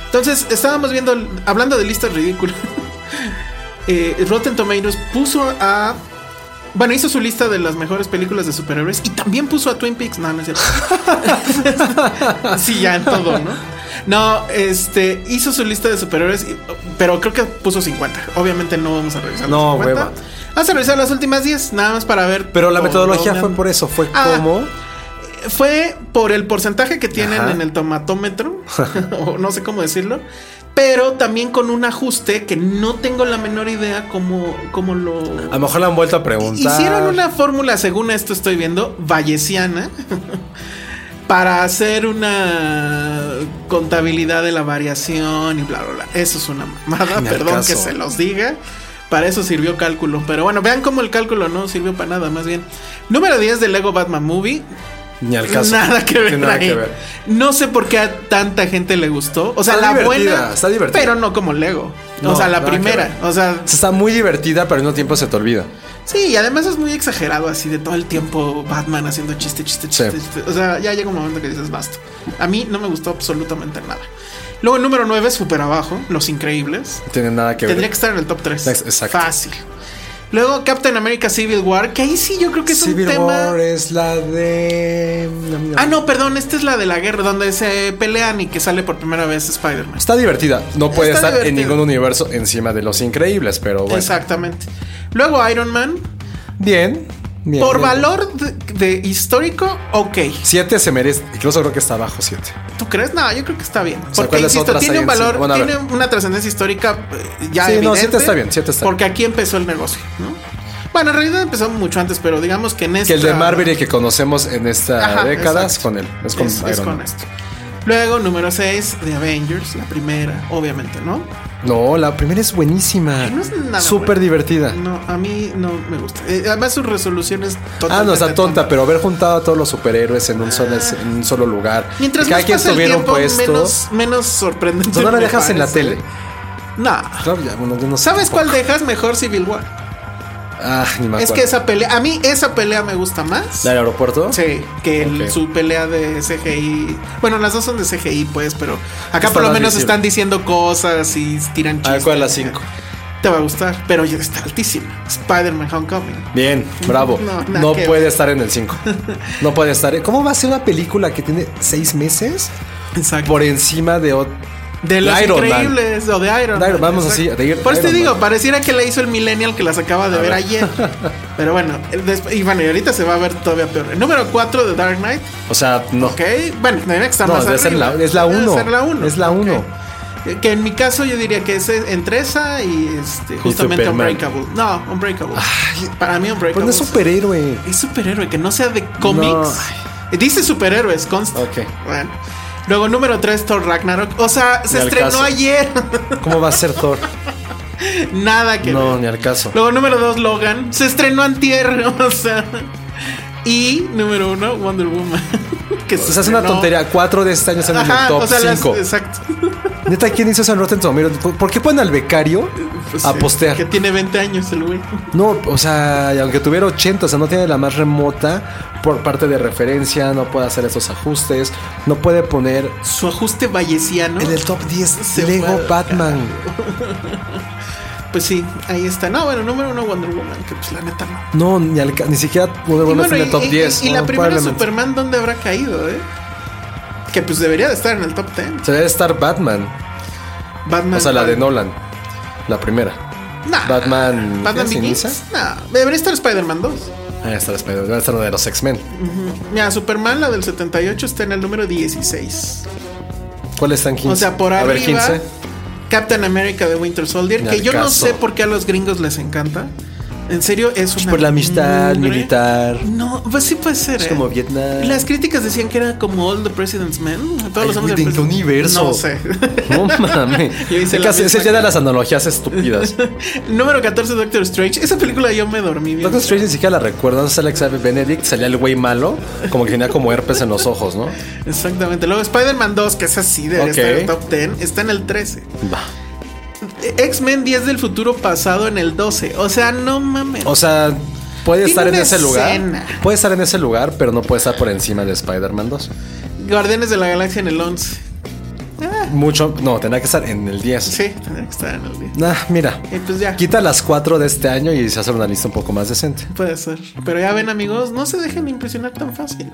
[SPEAKER 2] Entonces, estábamos viendo, hablando de listas ridículas. eh, Rotten Tomatoes puso a... Bueno, hizo su lista de las mejores películas de superhéroes y también puso a Twin Peaks. No, no es cierto. sí, ya en todo, ¿no? No, este, hizo su lista de superhéroes, y- pero creo que puso 50. Obviamente no vamos a revisar
[SPEAKER 1] No,
[SPEAKER 2] las 50.
[SPEAKER 1] hueva.
[SPEAKER 2] Vamos a revisar las últimas 10, nada más para ver.
[SPEAKER 1] Pero la
[SPEAKER 2] por
[SPEAKER 1] metodología
[SPEAKER 2] dónde
[SPEAKER 1] fue
[SPEAKER 2] anda.
[SPEAKER 1] por eso, fue
[SPEAKER 2] Ah,
[SPEAKER 1] como.
[SPEAKER 2] fue por el porcentaje que tienen
[SPEAKER 1] Ajá.
[SPEAKER 2] en el tomatómetro, o no sé cómo decirlo, pero también con un ajuste que no tengo la menor idea cómo, cómo lo...
[SPEAKER 1] A lo mejor la han vuelto a preguntar.
[SPEAKER 2] Hicieron una fórmula, según esto estoy viendo, vallesiana, para hacer una contabilidad de la variación y bla, bla, bla. Eso es una mamada,
[SPEAKER 1] Ay, ni al
[SPEAKER 2] perdón que
[SPEAKER 1] caso.
[SPEAKER 2] se los diga. Para eso sirvió cálculo. Pero bueno, vean cómo el cálculo no sirvió para nada, más bien. Número 10 del Lego Batman Movie.
[SPEAKER 1] Ni al caso.
[SPEAKER 2] Nada que ver.
[SPEAKER 1] Tiene nada
[SPEAKER 2] ahí.
[SPEAKER 1] que ver.
[SPEAKER 2] No sé por qué a tanta gente le gustó. O sea,
[SPEAKER 1] Está
[SPEAKER 2] la
[SPEAKER 1] divertida,
[SPEAKER 2] buena.
[SPEAKER 1] está divertida.
[SPEAKER 2] Pero no como Lego. o
[SPEAKER 1] No,
[SPEAKER 2] sea, la
[SPEAKER 1] nada que
[SPEAKER 2] primera.
[SPEAKER 1] ver.
[SPEAKER 2] O sea,
[SPEAKER 1] Está muy divertida, pero al mismo tiempo se te olvida.
[SPEAKER 2] sí, y además es muy exagerado así de todo el tiempo Batman haciendo chiste, chiste, chiste.
[SPEAKER 1] Sí.
[SPEAKER 2] chiste. O sea, ya llega un momento que dices basta. A mí no me gustó absolutamente nada. Luego, el número 9, súper abajo, Los Increíbles.
[SPEAKER 1] No tiene nada que ver.
[SPEAKER 2] Tendría que estar en el top 3.
[SPEAKER 1] Ex- exacto.
[SPEAKER 2] Fácil. Luego, Captain America Civil War, que ahí sí yo creo que es
[SPEAKER 1] Civil
[SPEAKER 2] un tema.
[SPEAKER 1] War es la de.
[SPEAKER 2] Ah, no, perdón, esta es la de la guerra, donde se pelean y que sale por primera vez Spider-Man.
[SPEAKER 1] Está divertida. No puede
[SPEAKER 2] Está
[SPEAKER 1] estar en
[SPEAKER 2] divertida.
[SPEAKER 1] ningún universo encima de los increíbles, pero bueno.
[SPEAKER 2] Exactamente. Luego Iron Man,
[SPEAKER 1] Bien. bien,
[SPEAKER 2] por
[SPEAKER 1] bien.
[SPEAKER 2] valor de, de histórico, ok.
[SPEAKER 1] Siete se merece. Incluso creo que está abajo siete.
[SPEAKER 2] ¿Tú crees? No, yo creo que está bien.
[SPEAKER 1] sea,
[SPEAKER 2] Porque,
[SPEAKER 1] ¿cuáles
[SPEAKER 2] insisto,
[SPEAKER 1] otras
[SPEAKER 2] tiene
[SPEAKER 1] hay
[SPEAKER 2] un
[SPEAKER 1] en sí?
[SPEAKER 2] valor,
[SPEAKER 1] Bueno, a
[SPEAKER 2] tiene
[SPEAKER 1] ver.
[SPEAKER 2] una trascendencia histórica eh, ya
[SPEAKER 1] Sí, no,
[SPEAKER 2] evidente,
[SPEAKER 1] siete está bien, siete está bien.
[SPEAKER 2] Porque aquí empezó el negocio, ¿no? Bueno, en realidad empezó mucho antes, pero digamos que en esta...
[SPEAKER 1] Que el de Marvel y que conocemos en esta
[SPEAKER 2] Ajá,
[SPEAKER 1] década
[SPEAKER 2] exacto.
[SPEAKER 1] es con él. Es con
[SPEAKER 2] Es- es
[SPEAKER 1] Iron Man.
[SPEAKER 2] con esto. Luego, número 6, The Avengers, la primera, obviamente, ¿no?
[SPEAKER 1] No, la primera es buenísima.
[SPEAKER 2] No es nada
[SPEAKER 1] Súper
[SPEAKER 2] buena.
[SPEAKER 1] divertida.
[SPEAKER 2] No, a mí no me gusta. Eh, además, su resolución es
[SPEAKER 1] Ah, no, está
[SPEAKER 2] totalmente Ah.
[SPEAKER 1] tonta, pero haber juntado a todos los superhéroes en un, solo, en un solo lugar.
[SPEAKER 2] Mientras
[SPEAKER 1] que cada
[SPEAKER 2] más
[SPEAKER 1] quien
[SPEAKER 2] pasa el
[SPEAKER 1] tuviera un
[SPEAKER 2] tiempo,
[SPEAKER 1] puesto.
[SPEAKER 2] menos, menos sorprendente.
[SPEAKER 1] Pues no la
[SPEAKER 2] me
[SPEAKER 1] dejas en la
[SPEAKER 2] parece.
[SPEAKER 1] tele.
[SPEAKER 2] No.
[SPEAKER 1] Claro, ya, bueno, yo no sé
[SPEAKER 2] ¿Sabes
[SPEAKER 1] tampoco.
[SPEAKER 2] cuál dejas mejor Civil War?
[SPEAKER 1] Ah, ni me
[SPEAKER 2] Es
[SPEAKER 1] acuerdo.
[SPEAKER 2] que esa pelea, a mí esa pelea me gusta más.
[SPEAKER 1] ¿La del aeropuerto?
[SPEAKER 2] Sí, que el-
[SPEAKER 1] Ok.
[SPEAKER 2] su pelea de CGI. Bueno, las dos son de CGI, pues, pero acá
[SPEAKER 1] Está
[SPEAKER 2] por lo
[SPEAKER 1] más
[SPEAKER 2] menos
[SPEAKER 1] visible.
[SPEAKER 2] están diciendo cosas y tiran chistes.
[SPEAKER 1] A ver, ¿cuál es la cinco?
[SPEAKER 2] Te va a gustar, pero ya está altísima. Spider-Man Homecoming.
[SPEAKER 1] Bien, bravo.
[SPEAKER 2] No,
[SPEAKER 1] No,
[SPEAKER 2] nada que
[SPEAKER 1] puede
[SPEAKER 2] ver.
[SPEAKER 1] estar en el 5. No puede estar. ¿Cómo va a ser una película que tiene 6 meses
[SPEAKER 2] Exacto.
[SPEAKER 1] por encima de ot-
[SPEAKER 2] de los
[SPEAKER 1] Iron Man?
[SPEAKER 2] increíbles o de Iron
[SPEAKER 1] De
[SPEAKER 2] Man.
[SPEAKER 1] Iron- vamos
[SPEAKER 2] exacto.
[SPEAKER 1] así, de Ir-
[SPEAKER 2] Por eso te
[SPEAKER 1] Iron
[SPEAKER 2] digo,
[SPEAKER 1] Man.
[SPEAKER 2] pareciera que la hizo el Millennial que las acaba de ver ayer. Pero bueno, desp- y bueno, y ahorita se va a ver todavía peor. El número 4 de Dark Knight.
[SPEAKER 1] O sea, no.
[SPEAKER 2] Ok, bueno, tendría que estar
[SPEAKER 1] No,
[SPEAKER 2] más
[SPEAKER 1] debe ser
[SPEAKER 2] arriba.
[SPEAKER 1] la- es la
[SPEAKER 2] Debe
[SPEAKER 1] uno.
[SPEAKER 2] ser la 1.
[SPEAKER 1] Es la uno.
[SPEAKER 2] Que en mi caso yo diría que es eh, entre esa y este, justamente
[SPEAKER 1] Superman.
[SPEAKER 2] Unbreakable. No, Unbreakable. Para mí Unbreakable.
[SPEAKER 1] Pues no es superhéroe.
[SPEAKER 2] es superhéroe, que no sea de cómics. Dice superhéroes, consta.
[SPEAKER 1] Ok.
[SPEAKER 2] Bueno. Luego número 3, Thor Ragnarok. O sea, se
[SPEAKER 1] Ni al
[SPEAKER 2] estrenó
[SPEAKER 1] caso.
[SPEAKER 2] ayer.
[SPEAKER 1] ¿Cómo va a ser Thor?
[SPEAKER 2] Nada que
[SPEAKER 1] No,
[SPEAKER 2] ver.
[SPEAKER 1] ni al caso.
[SPEAKER 2] Luego número 2, Logan. Se estrenó antier, o sea. Y número 1, Wonder Woman. que
[SPEAKER 1] O sea, es una tontería. Cuatro de este año están en el top 5.
[SPEAKER 2] exacto.
[SPEAKER 1] Neta, ¿quién hizo eso en Rotten Tomatoes? ¿Por- ¿Por qué ponen al becario
[SPEAKER 2] Pues,
[SPEAKER 1] a
[SPEAKER 2] eh,
[SPEAKER 1] postear?
[SPEAKER 2] Que tiene 20 años el güey.
[SPEAKER 1] No, o sea, y aunque tuviera 80, o sea, no tiene la más remota por parte de referencia, no puede hacer esos ajustes, no puede poner
[SPEAKER 2] Su ajuste vallesiano.
[SPEAKER 1] en el top 10
[SPEAKER 2] Se
[SPEAKER 1] Lego
[SPEAKER 2] fue al
[SPEAKER 1] Batman.
[SPEAKER 2] Pues sí, ahí está. No, bueno, número 1, Wonder Woman. Que pues la neta no.
[SPEAKER 1] No, ni, al ca- ni siquiera Wonder
[SPEAKER 2] Y
[SPEAKER 1] Woman está
[SPEAKER 2] bueno,
[SPEAKER 1] en el top
[SPEAKER 2] y- y-
[SPEAKER 1] 10.
[SPEAKER 2] Y, la
[SPEAKER 1] no,
[SPEAKER 2] primera
[SPEAKER 1] probablemente.
[SPEAKER 2] Superman, ¿dónde habrá caído, eh? Que pues debería de estar en el top 10.
[SPEAKER 1] Se debe estar Batman,
[SPEAKER 2] Batman.
[SPEAKER 1] o sea, la de Nolan, la primera.
[SPEAKER 2] Nah.
[SPEAKER 1] Batman-
[SPEAKER 2] Batman
[SPEAKER 1] ¿qué,
[SPEAKER 2] Begins.
[SPEAKER 1] Sinisa?
[SPEAKER 2] Nah, debería estar Spider-Man 2.
[SPEAKER 1] Ahí está Spider- debe estar la de los X-Men.
[SPEAKER 2] Mira, Superman, la del 78, está en el número 16.
[SPEAKER 1] ¿Cuál está en 15?
[SPEAKER 2] O sea, por
[SPEAKER 1] A
[SPEAKER 2] arriba.
[SPEAKER 1] ver, 15.
[SPEAKER 2] Captain America de Winter Soldier,
[SPEAKER 1] Ni
[SPEAKER 2] que
[SPEAKER 1] al
[SPEAKER 2] yo no
[SPEAKER 1] caso. Pues
[SPEAKER 2] sé por qué a los gringos les encanta. En serio, es una.
[SPEAKER 1] por la amistad
[SPEAKER 2] mugre.
[SPEAKER 1] militar.
[SPEAKER 2] No, pues sí puede ser.
[SPEAKER 1] Es
[SPEAKER 2] ¿eh?
[SPEAKER 1] como Vietnam.
[SPEAKER 2] Las críticas decían que era como All the President's Men. Todos los
[SPEAKER 1] Ay,
[SPEAKER 2] hombres
[SPEAKER 1] güey, ¿de
[SPEAKER 2] del
[SPEAKER 1] qué
[SPEAKER 2] presidente.
[SPEAKER 1] universo?
[SPEAKER 2] No sé.
[SPEAKER 1] No mames.
[SPEAKER 2] Yo hice la
[SPEAKER 1] Casi-
[SPEAKER 2] misma
[SPEAKER 1] Esa ya de las analogías estúpidas.
[SPEAKER 2] Número 14, Doctor Strange. Esa película yo me dormí bien.
[SPEAKER 1] Doctor Strange ni siquiera la recuerdo. No sale Xavier Benedict, salía el güey malo, como que tenía como herpes en los ojos, ¿no?
[SPEAKER 2] Exactamente. Luego Spider-Man 2, que es así, de
[SPEAKER 1] Ok.
[SPEAKER 2] estar en el top 10, está en el 13.
[SPEAKER 1] Va.
[SPEAKER 2] X-Men 10 del futuro pasado en el 12. O sea, no mames.
[SPEAKER 1] O sea, puede
[SPEAKER 2] Tiene
[SPEAKER 1] estar en
[SPEAKER 2] una
[SPEAKER 1] ese
[SPEAKER 2] escena.
[SPEAKER 1] lugar. Puede estar en ese lugar, pero no puede estar por encima de Spider-Man 2.
[SPEAKER 2] Guardianes de la Galaxia en el 11. Ah,
[SPEAKER 1] Mucho, no, tendría que estar en el 10.
[SPEAKER 2] sí, tendría que estar en el 10.
[SPEAKER 1] Nah, mira.
[SPEAKER 2] Y pues ya.
[SPEAKER 1] Quita las 4 de este año y se hace una lista un poco más decente.
[SPEAKER 2] Puede ser. Pero ya ven, amigos, no se dejen impresionar tan fácil.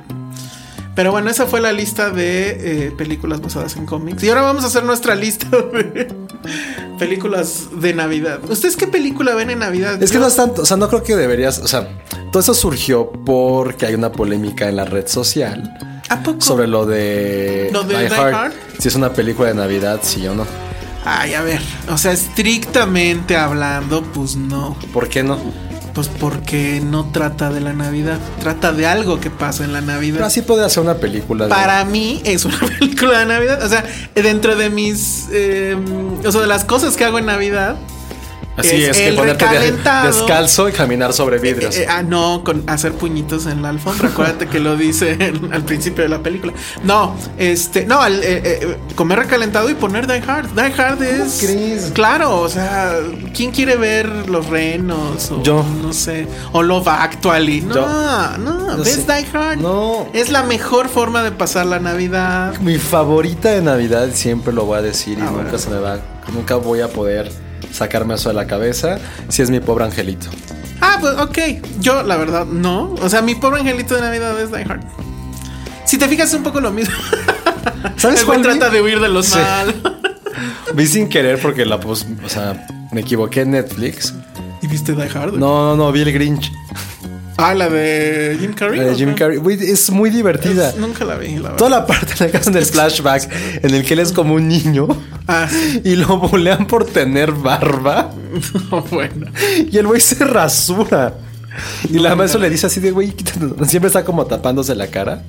[SPEAKER 2] Pero bueno, esa fue la lista de eh, películas basadas en cómics. Y ahora vamos a hacer nuestra lista de películas de Navidad. ¿Ustedes qué película ven en Navidad?
[SPEAKER 1] Es que
[SPEAKER 2] Yo-
[SPEAKER 1] no es tanto, o sea, no creo que deberías, o sea, todo eso surgió porque hay una polémica en la red social
[SPEAKER 2] ¿A poco?
[SPEAKER 1] sobre lo de,
[SPEAKER 2] ¿Lo de Die Hard?
[SPEAKER 1] Si es una película de Navidad, sí o no.
[SPEAKER 2] Ay, a ver. O sea, estrictamente hablando, pues no.
[SPEAKER 1] ¿Por qué no?
[SPEAKER 2] Pues porque no trata de la Navidad. Trata de algo que pasa en la Navidad.
[SPEAKER 1] Pero así podría ser una película de
[SPEAKER 2] Para mí es una película de Navidad. O sea, dentro de mis. eh, o sea, de las cosas que hago en Navidad.
[SPEAKER 1] Así
[SPEAKER 2] es
[SPEAKER 1] es, que
[SPEAKER 2] el
[SPEAKER 1] ponerte de-
[SPEAKER 2] recalentado.
[SPEAKER 1] descalzo y caminar sobre vidrios.
[SPEAKER 2] Eh, eh, ah, no, con hacer puñitos en la alfombra. Acuérdate que lo dice en- al principio de la película. No, este, no, al, eh, eh, comer recalentado y poner Die Hard. Die Hard es.
[SPEAKER 1] crees?
[SPEAKER 2] Claro, o sea, ¿quién quiere ver los renos? O,
[SPEAKER 1] Yo.
[SPEAKER 2] No sé. O Love Actually. No, no,
[SPEAKER 1] Yo
[SPEAKER 2] ves
[SPEAKER 1] sí.
[SPEAKER 2] Die Hard.
[SPEAKER 1] No.
[SPEAKER 2] Es la mejor forma de pasar la Navidad.
[SPEAKER 1] Mi favorita de Navidad siempre lo voy a decir y
[SPEAKER 2] Ah,
[SPEAKER 1] nunca
[SPEAKER 2] bueno.
[SPEAKER 1] se me va, nunca voy a poder sacarme eso de la cabeza. Si es mi pobre angelito.
[SPEAKER 2] Ah, pues ok. Yo, la verdad, no. O sea, mi pobre angelito de Navidad es Die Hard. Si te fijas, es un poco lo mismo.
[SPEAKER 1] ¿Sabes
[SPEAKER 2] El güey
[SPEAKER 1] cuál vi?
[SPEAKER 2] trata de huir de los
[SPEAKER 1] Sí.
[SPEAKER 2] mal.
[SPEAKER 1] Vi sin querer porque la pus, o sea, me equivoqué en Netflix.
[SPEAKER 2] ¿Y viste Die Hard?
[SPEAKER 1] No, no, no, vi el Grinch.
[SPEAKER 2] Ah, la de Jim Carrey.
[SPEAKER 1] La de Jim Carrey. Güey, es muy divertida.
[SPEAKER 2] Es- nunca la vi, la verdad.
[SPEAKER 1] Toda la parte en la que hacen el flashback en el que él es como un niño
[SPEAKER 2] Ah, sí.
[SPEAKER 1] y lo bulean por tener barba
[SPEAKER 2] No, bueno.
[SPEAKER 1] y el güey se rasura. Y la maestra le dice así de, güey, quítanos. Siempre está como tapándose la cara.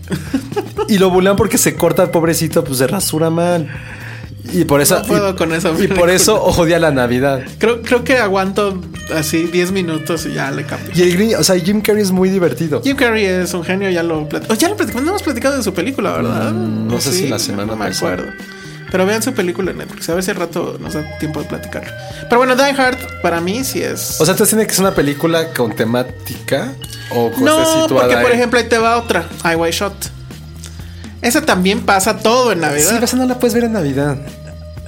[SPEAKER 1] Y lo bulan porque se corta, pobrecito, pues se rasura mal. Y por eso.
[SPEAKER 2] No puedo
[SPEAKER 1] y,
[SPEAKER 2] con esa
[SPEAKER 1] Y por
[SPEAKER 2] película.
[SPEAKER 1] eso odia la Navidad.
[SPEAKER 2] Creo, creo que aguanto así 10 minutos y ya le cambio.
[SPEAKER 1] Y el Grinch, o sea, Jim Carrey es muy divertido.
[SPEAKER 2] Jim Carrey es un genio, ya lo platicamos. ya lo platicamos, no hemos platicado de su película, ¿verdad?
[SPEAKER 1] Mm,
[SPEAKER 2] Pues
[SPEAKER 1] no sé si la semana
[SPEAKER 2] No me
[SPEAKER 1] pasada.
[SPEAKER 2] acuerdo. Pero vean su película en Netflix, a ver si al rato nos da tiempo de platicarlo. Pero bueno, Die Hard para mí sí es.
[SPEAKER 1] O sea, entonces tiene que ser una película con temática o con
[SPEAKER 2] no,
[SPEAKER 1] esté pues, situada
[SPEAKER 2] porque por
[SPEAKER 1] en-
[SPEAKER 2] ejemplo ahí te va otra, I Way Shot. Esa también pasa todo en
[SPEAKER 1] Sí,
[SPEAKER 2] Navidad.
[SPEAKER 1] pero esa no la puedes ver en Navidad.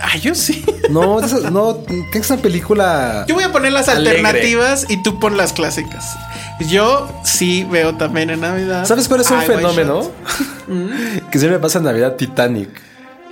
[SPEAKER 2] Ah, yo sí.
[SPEAKER 1] No, esa- no, tiene que ser una película.
[SPEAKER 2] Yo voy a poner las
[SPEAKER 1] Alegre.
[SPEAKER 2] alternativas y tú pon las clásicas. Yo sí veo también en Navidad.
[SPEAKER 1] ¿Sabes cuál es un
[SPEAKER 2] I Way
[SPEAKER 1] fenómeno?
[SPEAKER 2] Shot.
[SPEAKER 1] que siempre pasa en Navidad Titanic.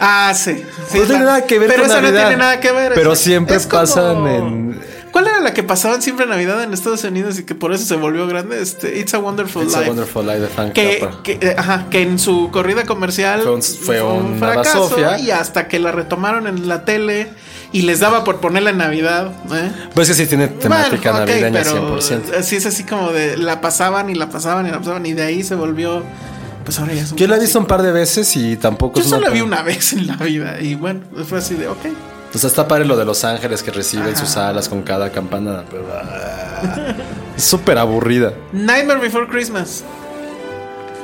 [SPEAKER 2] Ah, sí. sí,
[SPEAKER 1] No tiene
[SPEAKER 2] la-
[SPEAKER 1] nada que ver
[SPEAKER 2] Pero
[SPEAKER 1] con
[SPEAKER 2] eso no
[SPEAKER 1] Navidad.
[SPEAKER 2] tiene nada que ver.
[SPEAKER 1] Pero
[SPEAKER 2] es-
[SPEAKER 1] siempre
[SPEAKER 2] es como-
[SPEAKER 1] pasan en-
[SPEAKER 2] ¿Cuál era la que pasaban siempre en Navidad en Estados Unidos y que por eso se volvió grande? Este, It's a Wonderful
[SPEAKER 1] It's
[SPEAKER 2] Life.
[SPEAKER 1] a Wonderful Life de Frank
[SPEAKER 2] que,
[SPEAKER 1] Capra.
[SPEAKER 2] que- eh, ajá, que en su corrida comercial
[SPEAKER 1] Fue un- fue una bazofia.
[SPEAKER 2] y hasta que la retomaron en la tele y les daba por ponerla en Navidad. ¿eh?
[SPEAKER 1] Pues es que sí tiene temática
[SPEAKER 2] Bueno, ok,
[SPEAKER 1] navideña
[SPEAKER 2] pero eh,
[SPEAKER 1] 100%.
[SPEAKER 2] Sí, es así como de la pasaban y la pasaban y la pasaban y de ahí se volvió. Pues ahora ya es un
[SPEAKER 1] Yo la he visto
[SPEAKER 2] clásico.
[SPEAKER 1] un par de veces y tampoco
[SPEAKER 2] Yo
[SPEAKER 1] es una
[SPEAKER 2] solo la vi
[SPEAKER 1] película-
[SPEAKER 2] una vez en la vida y bueno, fue así de, ok.
[SPEAKER 1] O sea, está padre lo de los ángeles que reciben
[SPEAKER 2] Ajá.
[SPEAKER 1] sus alas con cada campana. pero, ah, Es súper aburrida.
[SPEAKER 2] Nightmare Before Christmas.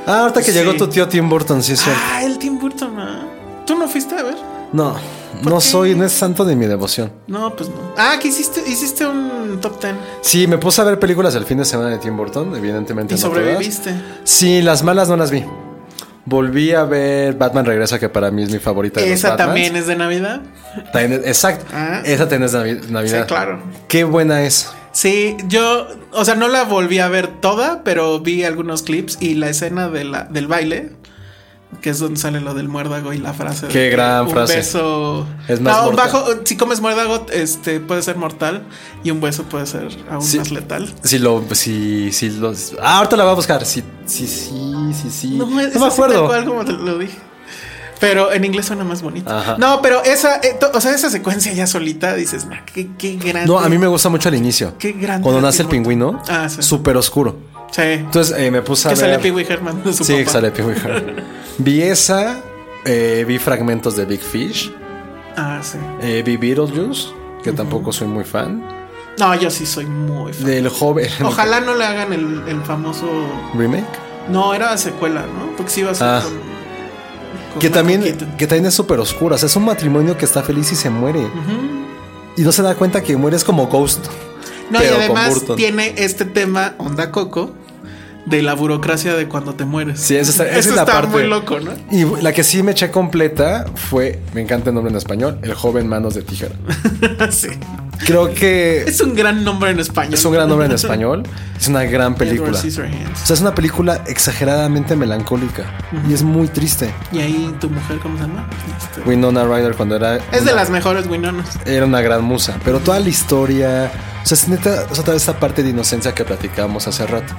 [SPEAKER 1] Ah, ahorita que
[SPEAKER 2] Sí.
[SPEAKER 1] llegó tu tío Tim Burton, sí es cierto.
[SPEAKER 2] Ah, el Tim Burton. ah. ¿Tú no fuiste a ver?
[SPEAKER 1] No,
[SPEAKER 2] ¿Por
[SPEAKER 1] no
[SPEAKER 2] qué?
[SPEAKER 1] soy, no es santo de mi devoción.
[SPEAKER 2] No, pues no. Ah, que hiciste, hiciste un top ten
[SPEAKER 1] Sí, me puse a ver películas el fin de semana de Tim Burton, evidentemente.
[SPEAKER 2] y
[SPEAKER 1] no todas.
[SPEAKER 2] sobreviviste.
[SPEAKER 1] Sí, las malas no las vi. Volví a ver Batman Regresa, que para mí es mi favorita. De
[SPEAKER 2] Esa
[SPEAKER 1] los Batmans.
[SPEAKER 2] también es de Navidad.
[SPEAKER 1] También es- Exacto.
[SPEAKER 2] Ah.
[SPEAKER 1] Esa tenés Navi- Navidad.
[SPEAKER 2] Sí, claro.
[SPEAKER 1] Qué buena es.
[SPEAKER 2] Sí, yo, o sea, no la volví a ver toda, pero vi algunos clips y la escena de la, del baile, que es donde sale lo del muérdago y la frase. de
[SPEAKER 1] Qué
[SPEAKER 2] que
[SPEAKER 1] gran
[SPEAKER 2] un
[SPEAKER 1] frase.
[SPEAKER 2] beso.
[SPEAKER 1] Es más
[SPEAKER 2] No, un
[SPEAKER 1] mortal.
[SPEAKER 2] bajo, si comes muérdago, este puede ser mortal y un beso puede ser aún
[SPEAKER 1] Sí.
[SPEAKER 2] más letal.
[SPEAKER 1] Si lo, si, si lo. Ah, ahorita la voy a buscar. Sí, sí, sí, sí, sí. No,
[SPEAKER 2] es
[SPEAKER 1] me
[SPEAKER 2] así tal
[SPEAKER 1] acuerdo.
[SPEAKER 2] cual como te lo dije. Pero en inglés suena más bonito.
[SPEAKER 1] Ajá.
[SPEAKER 2] No, pero esa, eh, to- o sea, esa secuencia ya solita dices, "Nah, qué, qué grande.
[SPEAKER 1] no, a mí me gusta mucho el inicio.
[SPEAKER 2] Qué grande
[SPEAKER 1] Cuando
[SPEAKER 2] era
[SPEAKER 1] nace el
[SPEAKER 2] Tim Burton.
[SPEAKER 1] pingüino,
[SPEAKER 2] Ah, sí.
[SPEAKER 1] súper oscuro.
[SPEAKER 2] Sí.
[SPEAKER 1] Entonces eh, me puse a
[SPEAKER 2] Que
[SPEAKER 1] ver.
[SPEAKER 2] sale Pee Wee Herman de su
[SPEAKER 1] Sí,
[SPEAKER 2] papá.
[SPEAKER 1] sale Pee Wee Herman. Vi esa, eh, vi fragmentos de Big Fish,
[SPEAKER 2] Ah, sí.
[SPEAKER 1] eh, vi Beetlejuice, que tampoco soy muy fan.
[SPEAKER 2] No, yo sí soy muy fan.
[SPEAKER 1] Del joven.
[SPEAKER 2] Ojalá no le hagan el, el famoso.
[SPEAKER 1] Remake.
[SPEAKER 2] No, era secuela, ¿no? Porque sí iba a ser
[SPEAKER 1] Ah.
[SPEAKER 2] con- con
[SPEAKER 1] Que
[SPEAKER 2] Michael
[SPEAKER 1] también,
[SPEAKER 2] Keaton.
[SPEAKER 1] que también es súper oscura. O sea, es un matrimonio que está feliz y se muere. Y no se da cuenta que muere es como Ghost.
[SPEAKER 2] No, y
[SPEAKER 1] pero con
[SPEAKER 2] además
[SPEAKER 1] Burton.
[SPEAKER 2] tiene este tema, onda coco, de la burocracia de cuando te mueres.
[SPEAKER 1] Sí, eso está, esa
[SPEAKER 2] Eso
[SPEAKER 1] es la
[SPEAKER 2] está
[SPEAKER 1] parte.
[SPEAKER 2] muy loco, ¿no?
[SPEAKER 1] Y la que sí me eché completa fue, me encanta el nombre en español, El joven manos de tijera.
[SPEAKER 2] sí.
[SPEAKER 1] Creo que
[SPEAKER 2] Es un gran nombre en español.
[SPEAKER 1] es un gran nombre en español. Es una gran película.
[SPEAKER 2] Edward
[SPEAKER 1] O
[SPEAKER 2] Scissorhands.
[SPEAKER 1] sea, es una película exageradamente melancólica y es muy triste.
[SPEAKER 2] Y ahí tu mujer, ¿cómo se llama? Este,
[SPEAKER 1] Winona Ryder cuando era
[SPEAKER 2] Es de
[SPEAKER 1] una-
[SPEAKER 2] las mejores Winonas.
[SPEAKER 1] era una gran musa, pero toda la historia, o sea, es neta, o sea, toda esta parte de inocencia que platicábamos hace rato.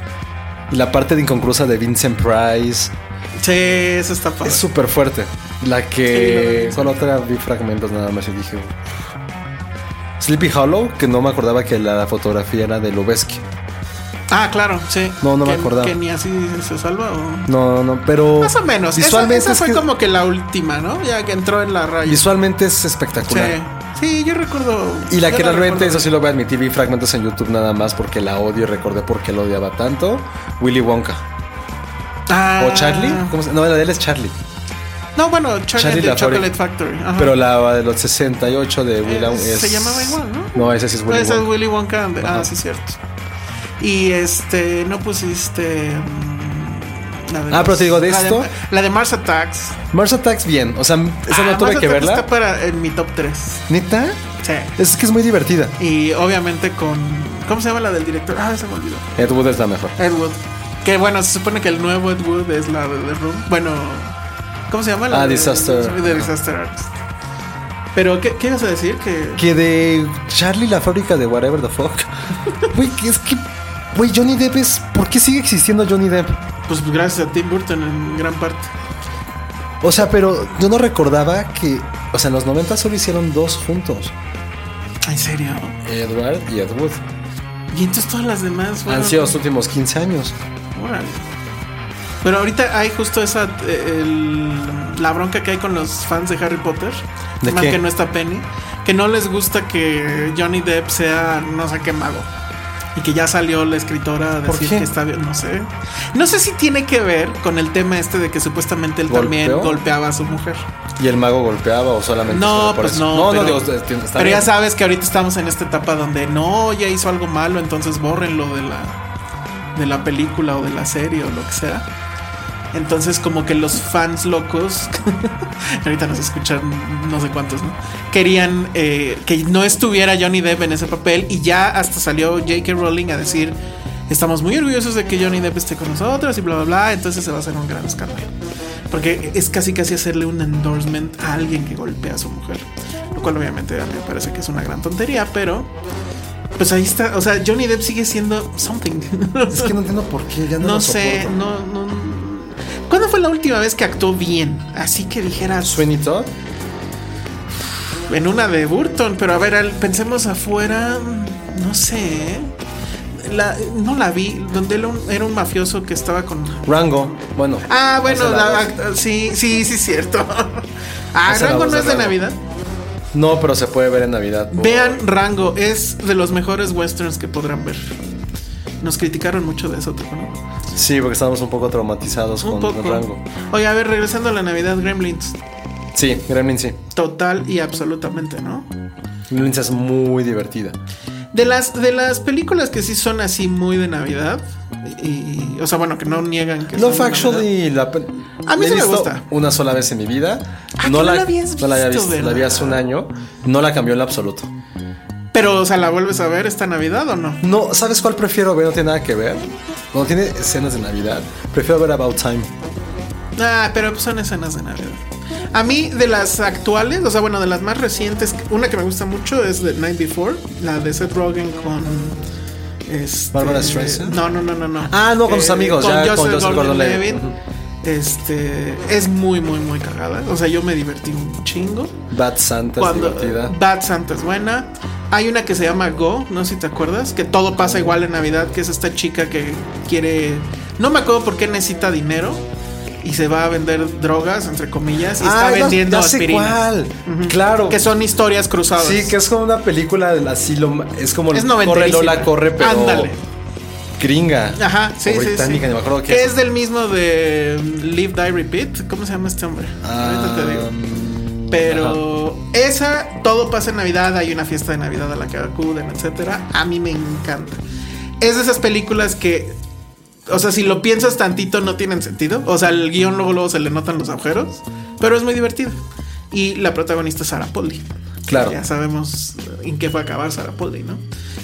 [SPEAKER 1] Y la parte de inconclusa de Vincent Price
[SPEAKER 2] Sí, eso está padre.
[SPEAKER 1] es súper fuerte. La
[SPEAKER 2] Sí, la de
[SPEAKER 1] que
[SPEAKER 2] Vincent.
[SPEAKER 1] con otra vi fragmentos nada más y dije Sleepy Hollow, que no me acordaba que la fotografía era de Lubeski.
[SPEAKER 2] Ah, claro, sí.
[SPEAKER 1] No, no me
[SPEAKER 2] Que-
[SPEAKER 1] acordaba.
[SPEAKER 2] Que ni así se salva o.
[SPEAKER 1] No, no, pero
[SPEAKER 2] Más o menos. Esa-
[SPEAKER 1] visualmente
[SPEAKER 2] esa,
[SPEAKER 1] es
[SPEAKER 2] fue
[SPEAKER 1] que-
[SPEAKER 2] como que la última, ¿no? Ya que entró en la raya.
[SPEAKER 1] visualmente es espectacular.
[SPEAKER 2] Sí. Sí, yo recuerdo.
[SPEAKER 1] Y la
[SPEAKER 2] yo
[SPEAKER 1] que realmente,
[SPEAKER 2] recuerdo
[SPEAKER 1] eso sí lo voy a admitir, vi fragmentos en YouTube nada más porque la odio y recordé por qué la odiaba tanto. Willy Wonka.
[SPEAKER 2] bien. Ah.
[SPEAKER 1] ¿O Charlie? ¿Cómo se- No, la de él es Charlie.
[SPEAKER 2] No, bueno, Charlie,
[SPEAKER 1] Charlie
[SPEAKER 2] and the
[SPEAKER 1] la Factory.
[SPEAKER 2] Chocolate Factory. ajá.
[SPEAKER 1] Pero la de los 68 de Willow
[SPEAKER 2] Eh,
[SPEAKER 1] es...
[SPEAKER 2] se llamaba igual, ¿no?
[SPEAKER 1] No, ese sí es
[SPEAKER 2] Ah,
[SPEAKER 1] Willy
[SPEAKER 2] esa es
[SPEAKER 1] Wonka.
[SPEAKER 2] Willy Wonka and the- Ah,
[SPEAKER 1] Ajá.
[SPEAKER 2] sí, cierto. Y este, no pusiste. mm, la de
[SPEAKER 1] Ah, pero te digo, de
[SPEAKER 2] la
[SPEAKER 1] esto-
[SPEAKER 2] la de Mars Attacks.
[SPEAKER 1] Mars Attacks, bien. O sea, esa
[SPEAKER 2] Ah,
[SPEAKER 1] no tuve
[SPEAKER 2] Mars
[SPEAKER 1] que
[SPEAKER 2] Attacks
[SPEAKER 1] verla.
[SPEAKER 2] Está para en mi top 3.
[SPEAKER 1] ¿Neta?
[SPEAKER 2] Sí.
[SPEAKER 1] Es que es muy divertida.
[SPEAKER 2] Y obviamente con. ¿Cómo se llama la del director? Ah, se me olvidó.
[SPEAKER 1] Ed Wood es la mejor.
[SPEAKER 2] Ed Wood. Que bueno, se supone que el nuevo Ed Wood es la de The Room. Bueno, ¿cómo se llama? La
[SPEAKER 1] Ah,
[SPEAKER 2] de-
[SPEAKER 1] Disaster.
[SPEAKER 2] de Disaster Artist. Pero, ¿qué, qué ibas a decir? Que.
[SPEAKER 1] Que de Charlie la fábrica de Whatever the Fuck. Güey, que es que... Güey, Johnny Depp es... ¿Por qué sigue existiendo Johnny Depp?
[SPEAKER 2] Pues gracias a Tim Burton en gran parte.
[SPEAKER 1] O sea, pero yo no recordaba que... O sea, en los 90 solo hicieron dos juntos.
[SPEAKER 2] En serio.
[SPEAKER 1] Edward y Ed Wood.
[SPEAKER 2] Y entonces todas las demás fueron-
[SPEAKER 1] Han sido los últimos 15 años.
[SPEAKER 2] Órale. Pero ahorita hay justo esa eh, el- la bronca que hay con los fans de Harry Potter,
[SPEAKER 1] ¿De
[SPEAKER 2] más
[SPEAKER 1] qué?
[SPEAKER 2] que no está Penny, que no les gusta que Johnny Depp sea no sé qué mago. Y que ya salió la escritora a
[SPEAKER 1] ¿Por
[SPEAKER 2] decir
[SPEAKER 1] qué?
[SPEAKER 2] que está bien, no sé. No sé si tiene que ver con el tema este de que supuestamente él también
[SPEAKER 1] ¿Golpeó?
[SPEAKER 2] golpeaba a su mujer.
[SPEAKER 1] ¿Y el mago golpeaba o solamente
[SPEAKER 2] No,
[SPEAKER 1] solo por
[SPEAKER 2] pues
[SPEAKER 1] eso?
[SPEAKER 2] no.
[SPEAKER 1] No,
[SPEAKER 2] pero,
[SPEAKER 1] digo, está bien.
[SPEAKER 2] pero ya sabes que ahorita estamos en esta etapa donde no, ya hizo algo malo, entonces bórrenlo de la, de la película o de la serie o lo que sea. Entonces, como que los fans locos, ahorita nos escuchan no sé cuántos, ¿no? Querían eh, que no estuviera Johnny Depp en ese papel y ya hasta salió J.K. Rowling a decir: Estamos muy orgullosos de que Johnny Depp esté con nosotros y bla, bla, bla. Entonces se va a hacer un gran escándalo. Porque es casi casi hacerle un endorsement a alguien que golpea a su mujer. Lo cual obviamente a mí me parece que es una gran tontería, pero pues ahí está. O sea, Johnny Depp sigue siendo something.
[SPEAKER 1] Es que no entiendo por qué, ya no,
[SPEAKER 2] no
[SPEAKER 1] lo
[SPEAKER 2] sé,
[SPEAKER 1] soporto.
[SPEAKER 2] no, no. ¿Cuándo fue la última vez que actuó bien? Así que dijeras
[SPEAKER 1] Sweeney Todd,
[SPEAKER 2] en una de Burton, pero a ver, al- pensemos afuera, no sé. ¿eh? La, no la vi, donde él era un mafioso que estaba con
[SPEAKER 1] Rango, bueno.
[SPEAKER 2] Ah, bueno,
[SPEAKER 1] esa es la
[SPEAKER 2] la-
[SPEAKER 1] voz.
[SPEAKER 2] ah, sí, sí, sí, es cierto. Ah,
[SPEAKER 1] Esa es la
[SPEAKER 2] Rango
[SPEAKER 1] voz
[SPEAKER 2] no
[SPEAKER 1] de
[SPEAKER 2] es de
[SPEAKER 1] Rango. Oh.
[SPEAKER 2] Navidad.
[SPEAKER 1] No, pero se puede ver en Navidad. por-
[SPEAKER 2] Vean Rango, es de los mejores westerns que podrán ver. Nos criticaron mucho de eso, ¿te acuerdas?
[SPEAKER 1] Sí, porque estábamos un poco traumatizados
[SPEAKER 2] Un
[SPEAKER 1] con
[SPEAKER 2] poco.
[SPEAKER 1] el Rango.
[SPEAKER 2] Oye, a ver, regresando a la Navidad, Gremlins.
[SPEAKER 1] Sí, Gremlin sí.
[SPEAKER 2] Total y absolutamente, ¿no?
[SPEAKER 1] Gremlins es muy divertida.
[SPEAKER 2] De las, de las películas que sí son así muy de Navidad, y, y- o sea, bueno, que no niegan que
[SPEAKER 1] Love
[SPEAKER 2] son de Navidad.
[SPEAKER 1] Actually, la pe-
[SPEAKER 2] A mí
[SPEAKER 1] la he
[SPEAKER 2] sí me
[SPEAKER 1] visto
[SPEAKER 2] gusta.
[SPEAKER 1] Una sola vez en mi vida.
[SPEAKER 2] Ah, que no la habías
[SPEAKER 1] no la había
[SPEAKER 2] visto,
[SPEAKER 1] visto. La vi
[SPEAKER 2] ¿verdad?
[SPEAKER 1] hace un año. No la cambió en lo absoluto.
[SPEAKER 2] Pero, o sea, ¿la vuelves a ver esta Navidad o no?
[SPEAKER 1] No, ¿sabes cuál prefiero ver? No tiene nada que ver. Cuando tiene escenas de Navidad, prefiero ver About Time.
[SPEAKER 2] Ah, pero pues, son escenas de Navidad. A mí, de las actuales, o sea, bueno, de las más recientes, una que me gusta mucho es The Night Before, la de Seth Rogen con. este-
[SPEAKER 1] Barbara Streisand?
[SPEAKER 2] No, no, no, no, no.
[SPEAKER 1] Ah, no, con sus amigos, ya, con
[SPEAKER 2] Joseph
[SPEAKER 1] Joseph
[SPEAKER 2] Gordon-Levitt.
[SPEAKER 1] Gordon-Levitt.
[SPEAKER 2] Este. Es muy, muy, muy cagada. O sea, yo me divertí un chingo.
[SPEAKER 1] Bad Santa
[SPEAKER 2] Cuando.
[SPEAKER 1] es divertida.
[SPEAKER 2] Bad Santa es buena. Hay una que se llama Go, no sé si te acuerdas, que todo pasa igual en Navidad, que es esta chica que quiere. No me acuerdo por qué necesita dinero y se va a vender drogas, entre comillas, y está
[SPEAKER 1] Ah, ya-
[SPEAKER 2] vendiendo
[SPEAKER 1] ya sé
[SPEAKER 2] aspirinas.
[SPEAKER 1] cuál. Claro.
[SPEAKER 2] Que son historias cruzadas.
[SPEAKER 1] Sí, que es como una película del asilo. Es como
[SPEAKER 2] es
[SPEAKER 1] Corre
[SPEAKER 2] noventerísima.
[SPEAKER 1] Lola, corre, pero.
[SPEAKER 2] Ándale.
[SPEAKER 1] Gringa.
[SPEAKER 2] Ajá, sí,
[SPEAKER 1] O
[SPEAKER 2] sí,
[SPEAKER 1] británica,
[SPEAKER 2] sí.
[SPEAKER 1] ni me acuerdo qué
[SPEAKER 2] Que es del mismo de mm, Live, Die, Repeat. ¿Cómo se llama este hombre?
[SPEAKER 1] Ah,
[SPEAKER 2] Ahorita te digo.
[SPEAKER 1] Um,
[SPEAKER 2] Pero esa, todo pasa en Navidad, hay una fiesta de Navidad a la que acuden, etcétera. A mí me encanta. Es de esas películas que, o sea, si lo piensas tantito no tienen sentido. O sea, el guión luego, luego se le notan los agujeros, pero es muy divertido. Y la protagonista es Sarah Poldi.
[SPEAKER 1] Claro.
[SPEAKER 2] Ya sabemos en qué va a acabar Sarah Poldi, ¿no?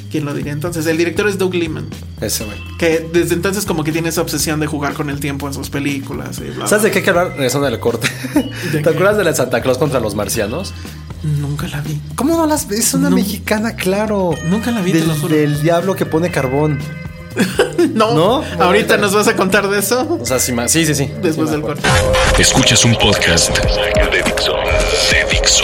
[SPEAKER 2] ¿Quién lo diría entonces? El director es Doug Liman,
[SPEAKER 1] Ese, güey.
[SPEAKER 2] que desde entonces como que tiene esa obsesión de jugar con el tiempo en sus películas. y bla, bla,
[SPEAKER 1] ¿Sabes de qué hay que hablar regresando al corte? ¿Te acuerdas de la de Santa Claus contra los marcianos?
[SPEAKER 2] Nunca la vi.
[SPEAKER 1] ¿Cómo no las ves? Es una
[SPEAKER 2] No.
[SPEAKER 1] mexicana, claro.
[SPEAKER 2] Nunca la vi, te
[SPEAKER 1] Del,
[SPEAKER 2] lo juro.
[SPEAKER 1] del diablo que pone carbón.
[SPEAKER 2] No,
[SPEAKER 1] ¿No?
[SPEAKER 2] ahorita
[SPEAKER 1] Ahorita.
[SPEAKER 2] nos vas a contar de eso
[SPEAKER 1] O sea, sí, ma- sí, sí. sí. Sí,
[SPEAKER 2] después
[SPEAKER 1] me
[SPEAKER 2] del
[SPEAKER 1] acuerdo.
[SPEAKER 2] corte.
[SPEAKER 3] Escuchas un podcast de Dixo. De Dixo.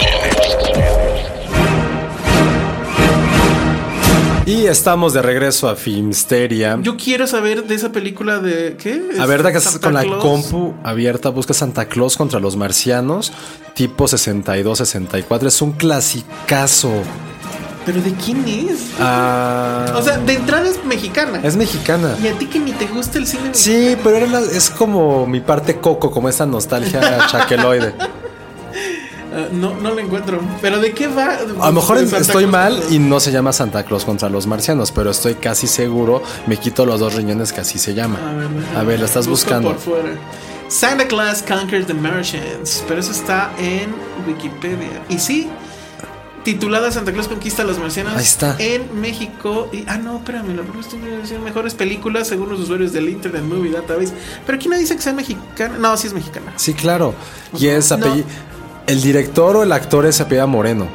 [SPEAKER 1] Y estamos de regreso a Filmsteria.
[SPEAKER 2] Yo quiero saber de esa película de qué.
[SPEAKER 1] A ver, que estás
[SPEAKER 2] Santa
[SPEAKER 1] con la
[SPEAKER 2] Claus.
[SPEAKER 1] compu abierta, busca Santa Claus contra los marcianos, tipo 62-64. Es un clasicazo.
[SPEAKER 2] Pero de quién es?
[SPEAKER 1] Ah,
[SPEAKER 2] O sea, de entrada es mexicana.
[SPEAKER 1] es mexicana.
[SPEAKER 2] Y a ti que ni te gusta el cine.
[SPEAKER 1] Sí, pero era la- es como mi parte coco, como esa nostalgia chaqueloide.
[SPEAKER 2] Ah, no, no la encuentro. Pero de qué va.
[SPEAKER 1] A lo mejor
[SPEAKER 2] De
[SPEAKER 1] en-
[SPEAKER 2] Santa
[SPEAKER 1] estoy
[SPEAKER 2] Claus.
[SPEAKER 1] mal y no se llama Santa Claus contra los marcianos, pero estoy casi seguro, me quito los dos riñones que así se llama.
[SPEAKER 2] A ver, déjame-
[SPEAKER 1] A ver, la estás
[SPEAKER 2] busco
[SPEAKER 1] buscando.
[SPEAKER 2] Por fuera. Santa Claus Conquered the Martians. Pero eso está en Wikipedia. Y sí. Titulada Santa Claus conquista a los marcianos
[SPEAKER 1] Ahí está.
[SPEAKER 2] en México. Y, ah, no, espérame, la verdad estoy viendo que son mejores películas según los usuarios del Internet Movie Database. Pero aquí no dice que sea mexicana. No, sí es mexicana.
[SPEAKER 1] Sí, claro. Y es
[SPEAKER 2] No.
[SPEAKER 1] apelli- El director o el actor es apellida Moreno.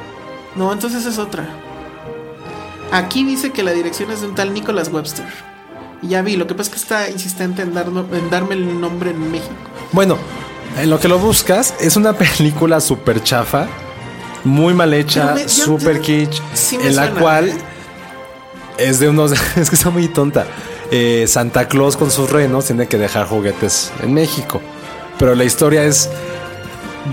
[SPEAKER 2] No, entonces es otra. Aquí dice que la dirección es de un tal Nicholas Webster. Y ya vi, lo que pasa es que está insistente en, darno- en darme el nombre en México.
[SPEAKER 1] Bueno, en lo que lo buscas es una película súper chafa, muy mal
[SPEAKER 2] Pero
[SPEAKER 1] hecha,
[SPEAKER 2] me- ¿eh? ya-
[SPEAKER 1] súper
[SPEAKER 2] ya-
[SPEAKER 1] kitsch,
[SPEAKER 2] sí me
[SPEAKER 1] en la
[SPEAKER 2] suena.
[SPEAKER 1] cual es de unos. Es que está muy tonta. Eh, Santa Claus con sus renos tiene que dejar juguetes en México. Pero la historia es.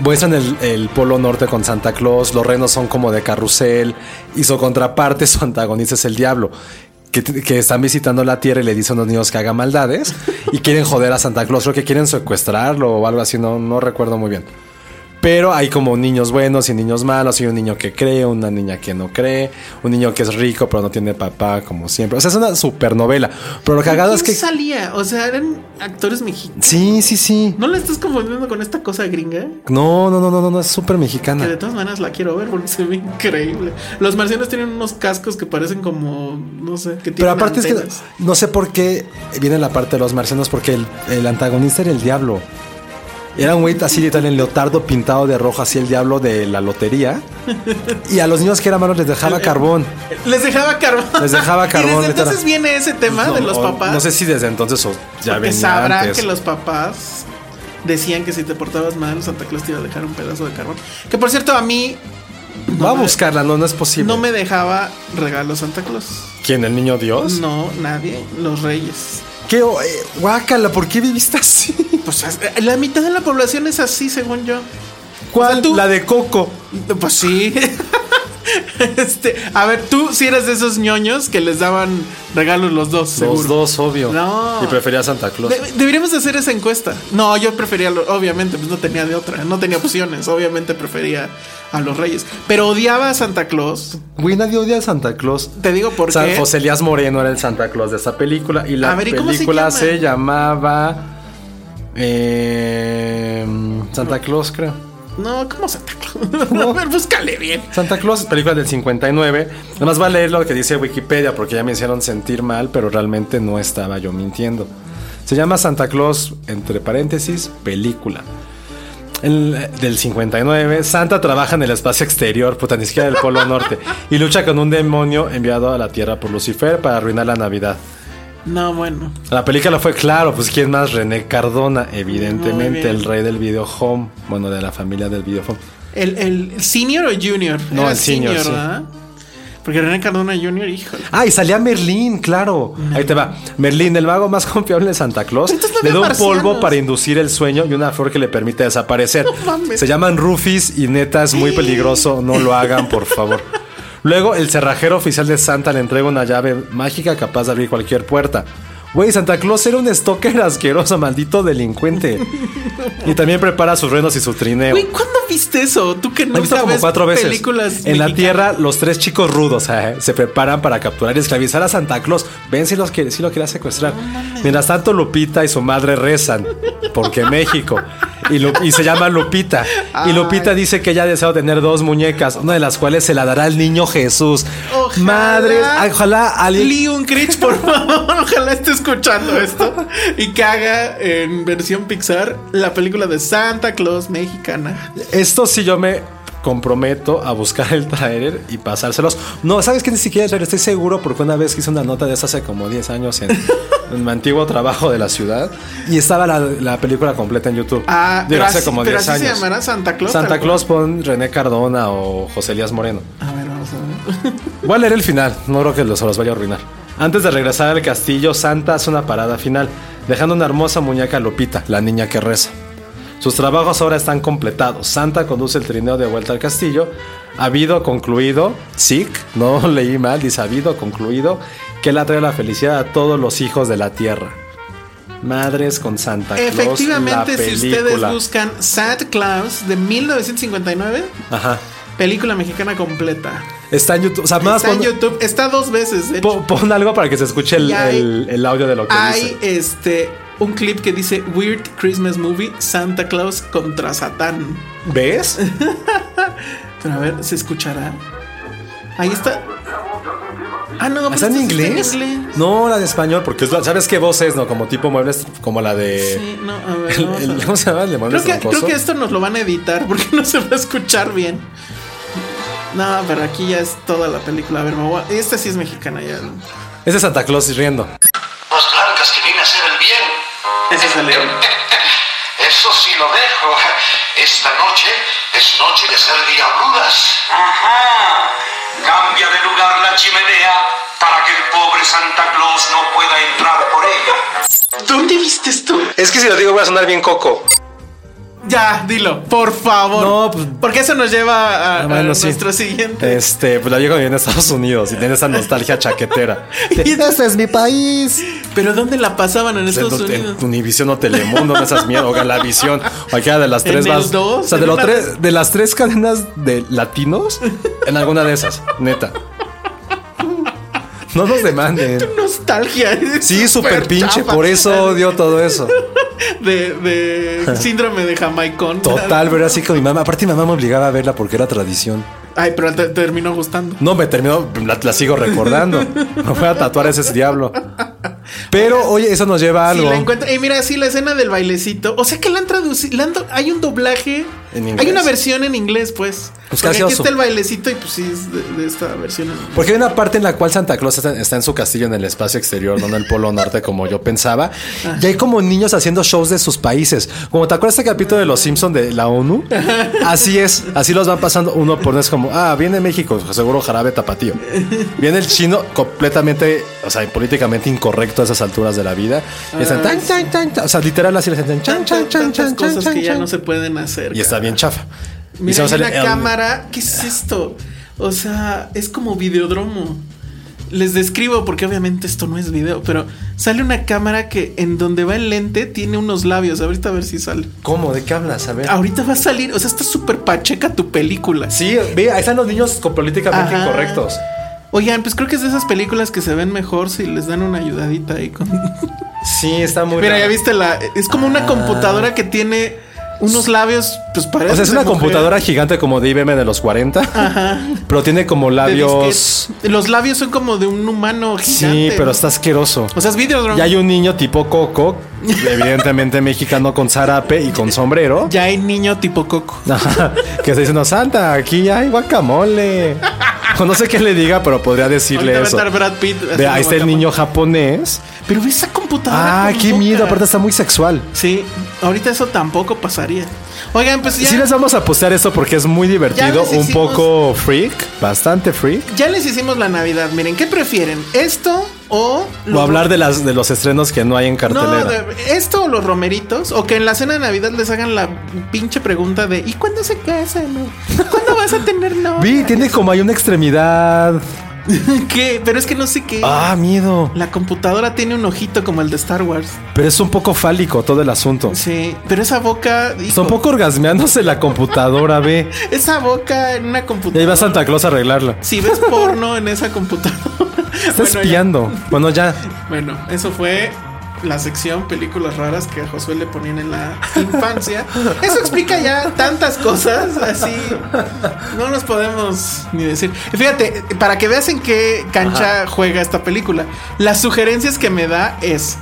[SPEAKER 1] Muestran el, el polo norte con Santa Claus, los renos son como de carrusel, y su contraparte, su antagonista es el diablo. Que, que, están visitando la tierra y le dicen a los niños que haga maldades y quieren joder a Santa Claus, creo que quieren secuestrarlo o algo así, no, no recuerdo muy bien. Pero hay como niños buenos y niños malos, y un niño que cree, una niña que no cree, un niño que es rico pero no tiene papá, como siempre. O sea, es una supernovela. Pero lo cagado es que.
[SPEAKER 2] salía? O sea, eran actores mexicanos.
[SPEAKER 1] Sí, sí, sí.
[SPEAKER 2] ¿No la estás confundiendo con esta cosa gringa?
[SPEAKER 1] No, no, no, no, no, no es súper mexicana.
[SPEAKER 2] Que de todas maneras la quiero ver porque se ve increíble. Los marcianos tienen unos cascos que parecen como. No sé, que tienen
[SPEAKER 1] Pero aparte antenas. es que no sé por qué viene la parte de los marcianos, porque el, el antagonista era el diablo. Era un güey así de tal en leotardo pintado de rojo, así el diablo de la lotería. Y a los niños que eran malos les dejaba carbón.
[SPEAKER 2] Les dejaba carbón.
[SPEAKER 1] Les dejaba carbón. ¿Y
[SPEAKER 2] desde entonces era... viene ese tema no, de los papás.
[SPEAKER 1] No sé si desde entonces o ya Porque venía
[SPEAKER 2] sabrán
[SPEAKER 1] antes.
[SPEAKER 2] que los papás decían que si te portabas mal, Santa Claus te iba a dejar un pedazo de carbón. Que por cierto, a mí.
[SPEAKER 1] No Va a buscarla, no, no es posible.
[SPEAKER 2] No me dejaba regalos Santa Claus.
[SPEAKER 1] ¿Quién? ¿El niño Dios?
[SPEAKER 2] No, nadie. Los reyes.
[SPEAKER 1] ¿Qué? oh, eh, guácala, ¿por qué viviste así?
[SPEAKER 2] Pues la mitad de la población es así, según yo.
[SPEAKER 1] ¿Cuál? O sea, ¿tú? La de Coco.
[SPEAKER 2] Pues sí. este, a ver, tú si sí eres de esos ñoños que les daban regalos los dos.
[SPEAKER 1] Los
[SPEAKER 2] seguro?
[SPEAKER 1] dos, obvio. No. Y prefería Santa Claus.
[SPEAKER 2] De deberíamos hacer esa encuesta. No, yo prefería, obviamente, pues no tenía de otra. No tenía opciones. obviamente prefería a los reyes. Pero odiaba a Santa Claus.
[SPEAKER 1] Güey, nadie odia a Santa Claus.
[SPEAKER 2] Te digo por
[SPEAKER 1] San qué. José Elías Moreno era el Santa Claus de esta película. Y la ver, película se, llama? se, llamaba eh, Santa Claus, creo.
[SPEAKER 2] No, ¿cómo Santa Claus? No. A ver, búscale bien.
[SPEAKER 1] Santa Claus, película del 59. Nada más va a leer lo que dice Wikipedia porque ya me hicieron sentir mal, pero realmente no estaba yo mintiendo. Se llama Santa Claus, entre paréntesis, película. El, eh, del 59, Santa trabaja en el espacio exterior, puta, ni siquiera del Polo Norte, y lucha con un demonio enviado a la Tierra por Lucifer para arruinar la Navidad.
[SPEAKER 2] No, bueno.
[SPEAKER 1] La película fue claro, pues quién más, René Cardona, evidentemente, el rey del videohome, bueno, de la familia del videohome.
[SPEAKER 2] ¿El, el senior o junior?
[SPEAKER 1] No, Era el senior, senior ¿verdad? Sí.
[SPEAKER 2] Porque René Cardona Jr., híjole.
[SPEAKER 1] Ah, y salía Merlín, claro. No. Ahí te va. Merlín, el mago más confiable de Santa Claus, no le da un marcianos. polvo para inducir el sueño y una flor que le permite desaparecer. No, Se llaman Rufis y neta es muy peligroso. No lo hagan, por favor. Luego, el cerrajero oficial de Santa le entrega una llave mágica capaz de abrir cualquier puerta. Güey, Santa Claus era un stalker asqueroso, maldito delincuente. y también prepara sus renos y su trineo.
[SPEAKER 2] Güey, ¿cuándo viste eso? Tú que no
[SPEAKER 1] visto como cuatro veces. Películas en mexicanas? la Tierra, los tres chicos rudos eh, se preparan para capturar y esclavizar a Santa Claus. Ven si, los quiere, si lo quería secuestrar. Oh, Mientras tanto, Lupita y su madre rezan. Porque México. Y, Lu y se llama Lupita. Ay. Y Lupita dice que ella desea tener dos muñecas, una de las cuales se la dará al niño Jesús.
[SPEAKER 2] Ojalá.
[SPEAKER 1] Madre, ojalá
[SPEAKER 2] alguien. Lee un Critch, por favor. Ojalá estés escuchando esto y que haga en versión Pixar la película de Santa Claus mexicana.
[SPEAKER 1] Esto sí yo me comprometo a buscar el trailer y pasárselos. No, sabes que ni siquiera el trailer, estoy seguro porque una vez que hice una nota de esas hace como 10 años en, en, mi antiguo trabajo de la ciudad y estaba la, la película completa en YouTube.
[SPEAKER 2] Ah,
[SPEAKER 1] Digo,
[SPEAKER 2] hace
[SPEAKER 1] así, como 10 años.
[SPEAKER 2] se llamará Santa Claus?
[SPEAKER 1] Santa Claus pon René Cardona o José Elías Moreno.
[SPEAKER 2] A ver, vamos a
[SPEAKER 1] ver. Voy a leer el final, no creo que los, los vaya a arruinar. Antes de regresar al castillo, Santa hace una parada final, dejando una hermosa muñeca Lupita, la niña que reza. Sus trabajos ahora están completados. Santa conduce el trineo de vuelta al castillo. Habido concluido, sic, no leí mal, dice habido concluido, que le trae la felicidad a todos los hijos de la tierra. Madres con Santa Claus.
[SPEAKER 2] Efectivamente,
[SPEAKER 1] la
[SPEAKER 2] si ustedes buscan Santa Claus de 1959,
[SPEAKER 1] Ajá.
[SPEAKER 2] película mexicana completa.
[SPEAKER 1] Está en YouTube. O sea, más
[SPEAKER 2] está pon, en YouTube. Está dos veces. De
[SPEAKER 1] pon, pon, algo para que se escuche el, hay, el, el audio de lo que
[SPEAKER 2] hay
[SPEAKER 1] dice.
[SPEAKER 2] Hay este. Un clip que dice Weird Christmas Movie Santa Claus contra Satán.
[SPEAKER 1] ¿Ves?
[SPEAKER 2] Pues Pero a ver, ¿se escuchará? Ahí está. Ah, no,
[SPEAKER 1] ¿Está en, inglés? en inglés? No, la de español, porque es la, ¿sabes qué voz es? No, como tipo muebles, como la de.
[SPEAKER 2] Sí, no, a ver. El,
[SPEAKER 1] Eh, el, ¿Cómo se llama? El de muebles
[SPEAKER 2] creo, que, creo que esto nos lo van a editar porque no se va a escuchar bien. No, pero aquí ya es toda la película. A ver, me a... esta sí es mexicana ya.
[SPEAKER 1] Ese es Santa Claus riendo.
[SPEAKER 4] Los blancas que viene a hacer el bien.
[SPEAKER 2] Ese es el león.
[SPEAKER 4] Eso sí lo dejo. Esta noche es noche de hacer diabluras.
[SPEAKER 5] Ajá.
[SPEAKER 4] Cambia de lugar la chimenea para que el pobre Santa Claus no pueda entrar por ella.
[SPEAKER 2] ¿Dónde viste esto?
[SPEAKER 6] Es que si lo digo voy a sonar bien coco.
[SPEAKER 2] Ya, dilo, por favor.
[SPEAKER 1] No, pues-
[SPEAKER 2] Porque eso nos lleva a,
[SPEAKER 1] Ah,
[SPEAKER 2] a
[SPEAKER 1] bueno, sí.
[SPEAKER 2] nuestro siguiente.
[SPEAKER 1] Este, pues la vieja viene de Estados Unidos y tiene esa nostalgia chaquetera.
[SPEAKER 2] Y-
[SPEAKER 1] Este es mi país.
[SPEAKER 2] Pero ¿dónde la pasaban en Estados
[SPEAKER 1] en,
[SPEAKER 2] Unidos?
[SPEAKER 1] Univisión o Telemundo, no esas mierdas, o Galavisión, o cualquiera de las
[SPEAKER 2] ¿En
[SPEAKER 1] tres
[SPEAKER 2] el
[SPEAKER 1] más-
[SPEAKER 2] dos?
[SPEAKER 1] O sea, de,
[SPEAKER 2] ¿En
[SPEAKER 1] los
[SPEAKER 2] una
[SPEAKER 1] tres, de las tres cadenas de latinos, en alguna de esas, neta. No nos demanden.
[SPEAKER 2] Nostalgia. es
[SPEAKER 1] Sí, súper pinche,
[SPEAKER 2] chafa.
[SPEAKER 1] por eso odio todo eso.
[SPEAKER 2] De, de síndrome de Jamaicón.
[SPEAKER 1] Total, pero así con mi mamá. Aparte, mi mamá me obligaba a verla porque era tradición.
[SPEAKER 2] Ay, pero te, terminó gustando.
[SPEAKER 1] No, me terminó, la, la sigo recordando. Me voy a tatuar a ese diablo. Pero, oye, eso nos lleva a
[SPEAKER 2] Si
[SPEAKER 1] algo.
[SPEAKER 2] la encuentra. Y mira, sí, la escena del bailecito. O sea que la han traducido. la han do- hay un doblaje.
[SPEAKER 1] En inglés.
[SPEAKER 2] hay una versión en inglés, pues.
[SPEAKER 1] Pues
[SPEAKER 2] Porque
[SPEAKER 1] casi
[SPEAKER 2] aquí
[SPEAKER 1] oso.
[SPEAKER 2] está el bailecito y pues sí es de, de esta versión. en inglés.
[SPEAKER 1] Porque hay una parte en la cual Santa Claus está, está en su castillo en el espacio exterior, no en el Polo Norte como yo pensaba. Y hay como niños haciendo shows de sus países. Como te acuerdas este capítulo de Los Simpson de la ONU. Así es, así los van pasando uno por uno. Es como, ah, viene México, seguro jarabe tapatío. Viene el chino completamente, o sea, políticamente incorrecto a esas alturas de la vida. Y están tan, tan, tan, tan. O sea, literal así les hacen chan, chan, chan,
[SPEAKER 2] Tantas
[SPEAKER 1] chan,
[SPEAKER 2] cosas
[SPEAKER 1] chan,
[SPEAKER 2] que
[SPEAKER 1] chan,
[SPEAKER 2] ya no
[SPEAKER 1] chan.
[SPEAKER 2] se pueden hacer.
[SPEAKER 1] Y está bien chafa. Y se va
[SPEAKER 2] Mira, hay
[SPEAKER 1] a salir
[SPEAKER 2] una
[SPEAKER 1] el-
[SPEAKER 2] cámara. ¿Qué es esto? O sea, es como videodromo. Les describo porque obviamente esto no es video, pero sale una cámara que en donde va el lente tiene unos labios. Ahorita a ver si sale.
[SPEAKER 1] ¿Cómo? ¿De qué hablas? A ver.
[SPEAKER 2] Ahorita va a salir, o sea, está súper pacheca tu película.
[SPEAKER 1] Sí, ve, ahí están los niños con políticamente
[SPEAKER 2] Ajá.
[SPEAKER 1] incorrectos.
[SPEAKER 2] Oigan, pues creo que es de esas películas que se ven mejor si les dan una ayudadita ahí con.
[SPEAKER 1] Sí, está muy
[SPEAKER 2] Mira,
[SPEAKER 1] raro.
[SPEAKER 2] ya viste la. Es como una computadora que tiene unos labios, pues parece.
[SPEAKER 1] Ah. O sea, es una
[SPEAKER 2] mujer.
[SPEAKER 1] computadora gigante como de IBM de los 40, pero tiene como
[SPEAKER 2] de
[SPEAKER 1] labios.
[SPEAKER 2] disquete. Los labios son como de un humano gigante.
[SPEAKER 1] Sí, pero
[SPEAKER 2] ¿no?
[SPEAKER 1] está asqueroso.
[SPEAKER 2] O sea, es Videodrome.
[SPEAKER 1] Y hay un niño tipo Coco, evidentemente mexicano con zarape y con sombrero,
[SPEAKER 2] Ya hay niño tipo Coco.
[SPEAKER 1] Ajá, que está diciendo, Santa, aquí hay guacamole. O no sé qué le diga, pero podría decirle
[SPEAKER 2] Ahorita va a
[SPEAKER 1] eso.
[SPEAKER 2] estar Brad Pitt
[SPEAKER 1] Ve,
[SPEAKER 2] haciendo
[SPEAKER 1] ahí está el
[SPEAKER 2] guacamole.
[SPEAKER 1] niño japonés.
[SPEAKER 2] Pero ve esa computadora.
[SPEAKER 1] Ah,
[SPEAKER 2] con
[SPEAKER 1] qué
[SPEAKER 2] boca.
[SPEAKER 1] miedo, aparte está muy sexual.
[SPEAKER 2] Sí, ahorita eso tampoco pasaría. Oigan, pues
[SPEAKER 1] Si
[SPEAKER 2] ya,
[SPEAKER 1] les vamos a postear esto porque es muy divertido,
[SPEAKER 2] les
[SPEAKER 1] un
[SPEAKER 2] hicimos-
[SPEAKER 1] poco freak, bastante freak.
[SPEAKER 2] ya les hicimos la Navidad. Miren, ¿qué prefieren? ¿Esto o
[SPEAKER 1] O hablar de, las, de los estrenos que no hay en cartelera.
[SPEAKER 2] No, de- esto o los romeritos, o que en la cena de Navidad les hagan la pinche pregunta de ¿y cuándo se casan? ¿Cuándo vas a tener novia?
[SPEAKER 1] Vi, tiene como hay una extremidad.
[SPEAKER 2] ¿Qué? Pero es que no sé qué.
[SPEAKER 1] Ah, miedo.
[SPEAKER 2] La computadora tiene un ojito como el de Star Wars.
[SPEAKER 1] Pero es un poco fálico todo el asunto.
[SPEAKER 2] Sí, pero esa boca. hijo,
[SPEAKER 1] Está un poco orgasmeándose la computadora, ve.
[SPEAKER 2] Esa boca en una
[SPEAKER 1] Y ahí va
[SPEAKER 2] computadora.
[SPEAKER 1] Santa Claus a arreglarla.
[SPEAKER 2] Si ves porno en esa computadora.
[SPEAKER 1] Está
[SPEAKER 2] Bueno, ya.
[SPEAKER 1] espiando. Bueno, ya.
[SPEAKER 2] Bueno, eso fue la sección películas raras que a Josué le ponían en la infancia. Eso explica ya tantas cosas, así no nos podemos ni decir. Fíjate, para que veas en qué cancha juega esta película, las sugerencias que me da es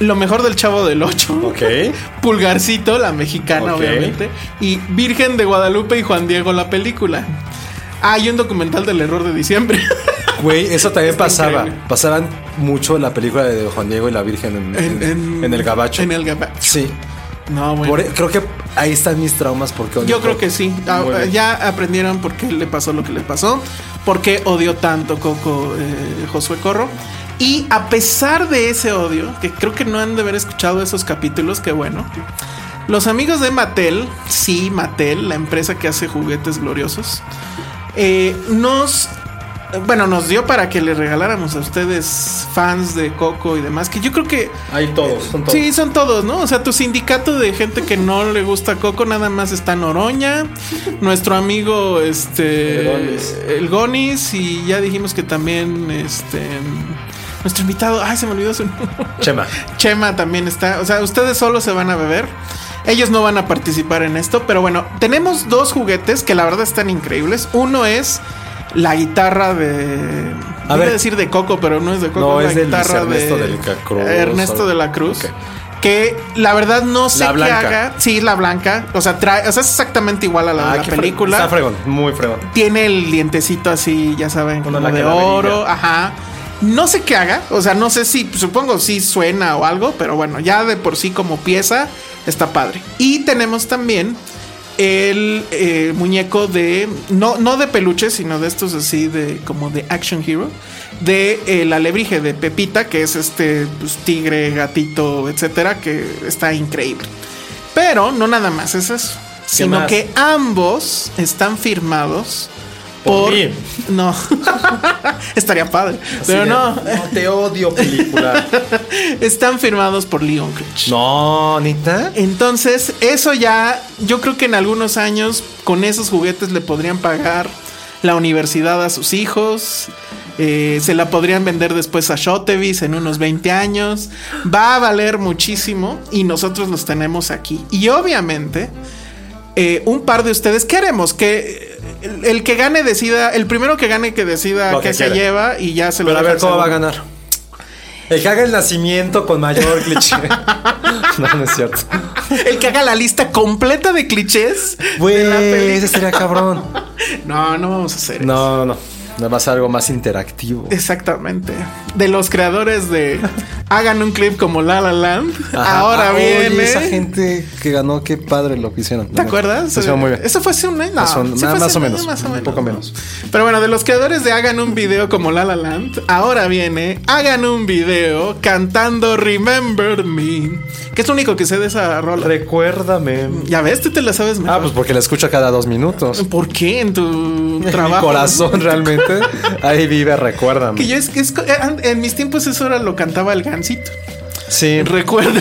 [SPEAKER 2] lo mejor del Chavo del Ocho. Pulgarcito, la mexicana,
[SPEAKER 1] Ok.
[SPEAKER 2] obviamente. Y Virgen de Guadalupe y Juan Diego, la película. Ah, y un documental del error de diciembre.
[SPEAKER 1] Güey, eso también
[SPEAKER 2] Está
[SPEAKER 1] pasaba.
[SPEAKER 2] increíble.
[SPEAKER 1] Pasaban mucho la película de Juan Diego y la Virgen en,
[SPEAKER 2] En- en-
[SPEAKER 1] en el gabacho.
[SPEAKER 2] En el gabacho.
[SPEAKER 1] Sí.
[SPEAKER 2] No, bueno.
[SPEAKER 1] Por- e- creo que ahí están mis traumas porque...
[SPEAKER 2] Yo creo que sí. Ah,
[SPEAKER 1] Muy bien.
[SPEAKER 2] ya aprendieron por qué le pasó lo que le pasó, por qué odió tanto Coco eh, Josué Corro. Y a pesar de ese odio, que creo que no han de haber escuchado esos capítulos, que bueno. Los amigos de Mattel, sí, Mattel, la empresa que hace juguetes gloriosos, eh, nos. Bueno, nos dio para que le regaláramos a ustedes, fans de Coco y demás, que yo creo que
[SPEAKER 1] Hay todos, son todos.
[SPEAKER 2] Sí, son todos, ¿no? O sea, tu sindicato de gente que no le gusta Coco nada más está Noroña, nuestro amigo este
[SPEAKER 1] El Gonis.
[SPEAKER 2] el Gonis y ya dijimos que también este nuestro invitado, ay, se me olvidó su nombre.
[SPEAKER 1] Chema.
[SPEAKER 2] Chema también está, o sea, ustedes solo se van a beber. Ellos no van a participar en esto, pero bueno, tenemos dos juguetes que la verdad están increíbles. Uno es la guitarra de
[SPEAKER 1] A
[SPEAKER 2] iba
[SPEAKER 1] ver.
[SPEAKER 2] a decir de Coco, pero no es de Coco,
[SPEAKER 1] No, es
[SPEAKER 2] la
[SPEAKER 1] del
[SPEAKER 2] guitarra
[SPEAKER 1] Ernesto
[SPEAKER 2] de
[SPEAKER 1] de la Cruz,
[SPEAKER 2] Ernesto
[SPEAKER 1] o-
[SPEAKER 2] de la Cruz.
[SPEAKER 1] Ok.
[SPEAKER 2] Que la verdad no sé
[SPEAKER 1] La
[SPEAKER 2] qué
[SPEAKER 1] blanca.
[SPEAKER 2] haga. Sí, la blanca. O sea, trae, o sea, es exactamente igual a la de la
[SPEAKER 1] Ah, qué fre-
[SPEAKER 2] película.
[SPEAKER 1] Está fregón, muy fregón.
[SPEAKER 2] Tiene el dientecito así, ya saben,
[SPEAKER 1] Con la
[SPEAKER 2] como de
[SPEAKER 1] calaverilla.
[SPEAKER 2] oro, ajá. No sé qué haga, o sea, no sé si, supongo si suena o algo, pero bueno, ya de por sí como pieza está padre. Y tenemos también el eh, muñeco de. No, no de peluche, sino de estos así de. como de Action Hero. De el alebrije de Pepita, que es este pues, tigre, gatito, etcétera, que está increíble. Pero no nada más es eso. Sino
[SPEAKER 1] más?
[SPEAKER 2] que ambos están firmados
[SPEAKER 7] Por mí.
[SPEAKER 2] No. Estaría padre. pero no.
[SPEAKER 1] eh.
[SPEAKER 7] te odio, película.
[SPEAKER 2] Están firmados por Leon Critch.
[SPEAKER 1] No, Nita.
[SPEAKER 2] Entonces, eso ya, yo creo que en algunos años con esos juguetes le podrían pagar la universidad a sus hijos. eh, se la podrían vender después a Shotevis en unos 20 años. Va a valer muchísimo y nosotros los tenemos aquí. Y obviamente, eh, un par de ustedes, ¿qué haremos? Que el, el que gane decida, el primero que gane que decida
[SPEAKER 1] Lo
[SPEAKER 2] qué
[SPEAKER 1] que
[SPEAKER 2] se
[SPEAKER 1] quiera.
[SPEAKER 2] lleva y ya se lo
[SPEAKER 1] Pero a
[SPEAKER 2] deja
[SPEAKER 1] ver
[SPEAKER 2] al
[SPEAKER 1] cómo va a
[SPEAKER 2] segundo.
[SPEAKER 1] ganar. El que haga el nacimiento con mayor cliché. no, no es cierto.
[SPEAKER 2] El que haga la lista completa de clichés.
[SPEAKER 1] Güey,
[SPEAKER 2] de la
[SPEAKER 1] Pues, ese
[SPEAKER 2] peli.
[SPEAKER 1] sería cabrón.
[SPEAKER 2] No, no vamos a hacer eso.
[SPEAKER 1] No, no, no. No va a ser algo más interactivo.
[SPEAKER 2] Exactamente. De los creadores de hagan un clip como La La Land.
[SPEAKER 1] Ajá.
[SPEAKER 2] Ahora
[SPEAKER 1] Ah, oye,
[SPEAKER 2] viene.
[SPEAKER 1] esa gente que ganó, qué padre lo que hicieron.
[SPEAKER 2] ¿Te acuerdas?
[SPEAKER 1] Eso muy bien.
[SPEAKER 2] Eso fue hace un año. No,
[SPEAKER 1] Hace un-
[SPEAKER 2] sí fue
[SPEAKER 1] más
[SPEAKER 2] hace
[SPEAKER 1] o
[SPEAKER 2] un año,
[SPEAKER 1] menos, un poco menos.
[SPEAKER 2] Pero bueno, de los creadores de hagan un video como La La Land, ahora viene hagan un video cantando Remember Me, que es lo único que sé de esa rola.
[SPEAKER 1] Recuérdame.
[SPEAKER 2] ya ves, tú te la sabes mejor.
[SPEAKER 1] Ah, pues porque la escucho cada dos minutos.
[SPEAKER 2] ¿Por qué en tu trabajo?
[SPEAKER 1] Mi corazón realmente. Ahí vive, recuérdame.
[SPEAKER 2] Que yo es que es- en mis tiempos eso era lo cantaba el gancito.
[SPEAKER 1] Sí.
[SPEAKER 2] Eh, Recuerdo.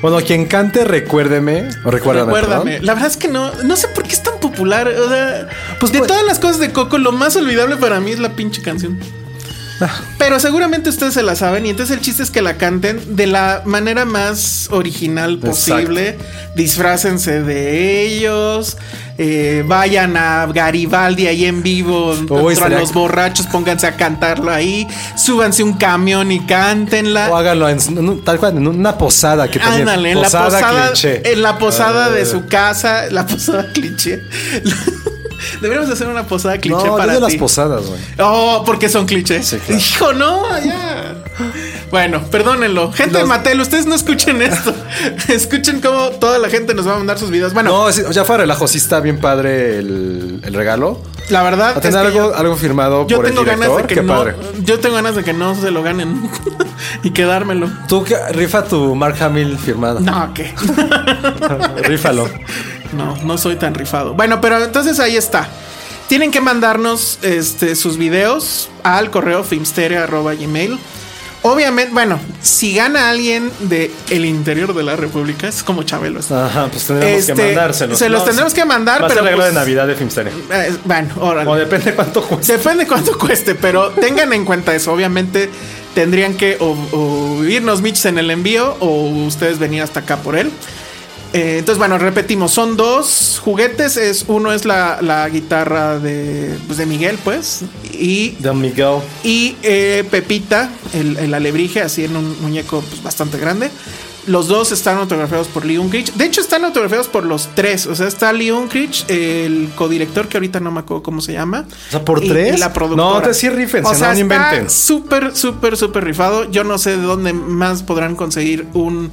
[SPEAKER 1] Bueno, quien cante, recuérdeme. O recuérdame.
[SPEAKER 2] Recuérdame.
[SPEAKER 1] perdón.
[SPEAKER 2] La verdad es que no, no sé por qué es tan popular. O sea,
[SPEAKER 1] Pues,
[SPEAKER 2] de
[SPEAKER 1] pues-
[SPEAKER 2] todas las cosas de Coco, lo más olvidable para mí es la pinche canción.
[SPEAKER 1] Ah.
[SPEAKER 2] Pero seguramente ustedes se la saben y entonces el chiste es que la canten de la manera más original posible. Disfrácense de ellos. eh, vayan a Garibaldi ahí en vivo
[SPEAKER 1] Uy,
[SPEAKER 2] contra
[SPEAKER 1] sería-
[SPEAKER 2] los borrachos. Pónganse a cantarla ahí. Súbanse un camión y cántenla.
[SPEAKER 1] O háganlo en, en un- tal cual, en una posada que también.
[SPEAKER 2] Ándale, en la
[SPEAKER 1] posada
[SPEAKER 2] posada,
[SPEAKER 1] cliché. Ah.
[SPEAKER 2] en la posada de su casa, la posada cliché. Deberíamos hacer una posada cliché
[SPEAKER 1] no, yo
[SPEAKER 2] para
[SPEAKER 1] de las
[SPEAKER 2] ti.
[SPEAKER 1] posadas, güey.
[SPEAKER 2] Oh, porque son clichés.
[SPEAKER 1] Sí, claro.
[SPEAKER 2] Hijo, no, ya. Bueno, perdónenlo. Gente de
[SPEAKER 1] Los-
[SPEAKER 2] Mattel, ustedes no escuchen esto. escuchen cómo toda la gente nos va a mandar sus videos. Bueno,
[SPEAKER 1] No, sí, ya fuera de relajo, sí está bien padre el, el regalo.
[SPEAKER 2] la verdad
[SPEAKER 1] A
[SPEAKER 2] Ah, es
[SPEAKER 1] tener
[SPEAKER 2] que
[SPEAKER 1] algo,
[SPEAKER 2] yo-
[SPEAKER 1] algo firmado
[SPEAKER 2] yo
[SPEAKER 1] por
[SPEAKER 2] tengo
[SPEAKER 1] el director.
[SPEAKER 2] ganas de que
[SPEAKER 1] Qué
[SPEAKER 2] no,
[SPEAKER 1] padre.
[SPEAKER 2] yo tengo ganas de que no se lo ganen y quedármelo.
[SPEAKER 1] Tú que- rifa tu Mark Hamill firmada.
[SPEAKER 2] No, ¿qué?
[SPEAKER 1] Rífalo.
[SPEAKER 2] No, no soy tan rifado. Bueno, pero entonces ahí está. Tienen que mandarnos este, sus videos al correo filmsteria.gmail. Obviamente, bueno, si gana alguien de el interior de la República, es como Chabelo. está.
[SPEAKER 7] Ajá, pues tendremos
[SPEAKER 2] Este,
[SPEAKER 7] que mandárselos.
[SPEAKER 2] se los
[SPEAKER 7] No,
[SPEAKER 2] tendremos que mandar,
[SPEAKER 7] va a ser
[SPEAKER 2] pero
[SPEAKER 7] regalo
[SPEAKER 2] pues-
[SPEAKER 7] de Navidad de Filmsteria.
[SPEAKER 2] Eh, bueno, órale.
[SPEAKER 7] O depende cuánto cueste.
[SPEAKER 2] Depende cuánto cueste, pero tengan en cuenta eso. Obviamente tendrían que o, o irnos Mitch en el envío o ustedes venir hasta acá por él. Eh, entonces, bueno, repetimos, son dos juguetes. Es, uno es la, la guitarra de, pues, de Miguel, pues. Y,
[SPEAKER 7] Don Miguel.
[SPEAKER 2] y eh, Pepita, el, el alebrije, así en un muñeco pues, bastante grande. Los dos están autografiados por Lee Unkrich. De hecho, están autografiados por los tres. O sea, está Lee Unkrich, el codirector, que ahorita no me acuerdo cómo se llama.
[SPEAKER 1] O sea, ¿por
[SPEAKER 2] Y-
[SPEAKER 1] tres?
[SPEAKER 2] y la productora.
[SPEAKER 1] No, entonces sí rífense,
[SPEAKER 2] O sea,
[SPEAKER 1] no, no
[SPEAKER 2] está
[SPEAKER 1] inventen.
[SPEAKER 2] Súper, súper, súper rifado. Yo no sé de dónde más podrán conseguir un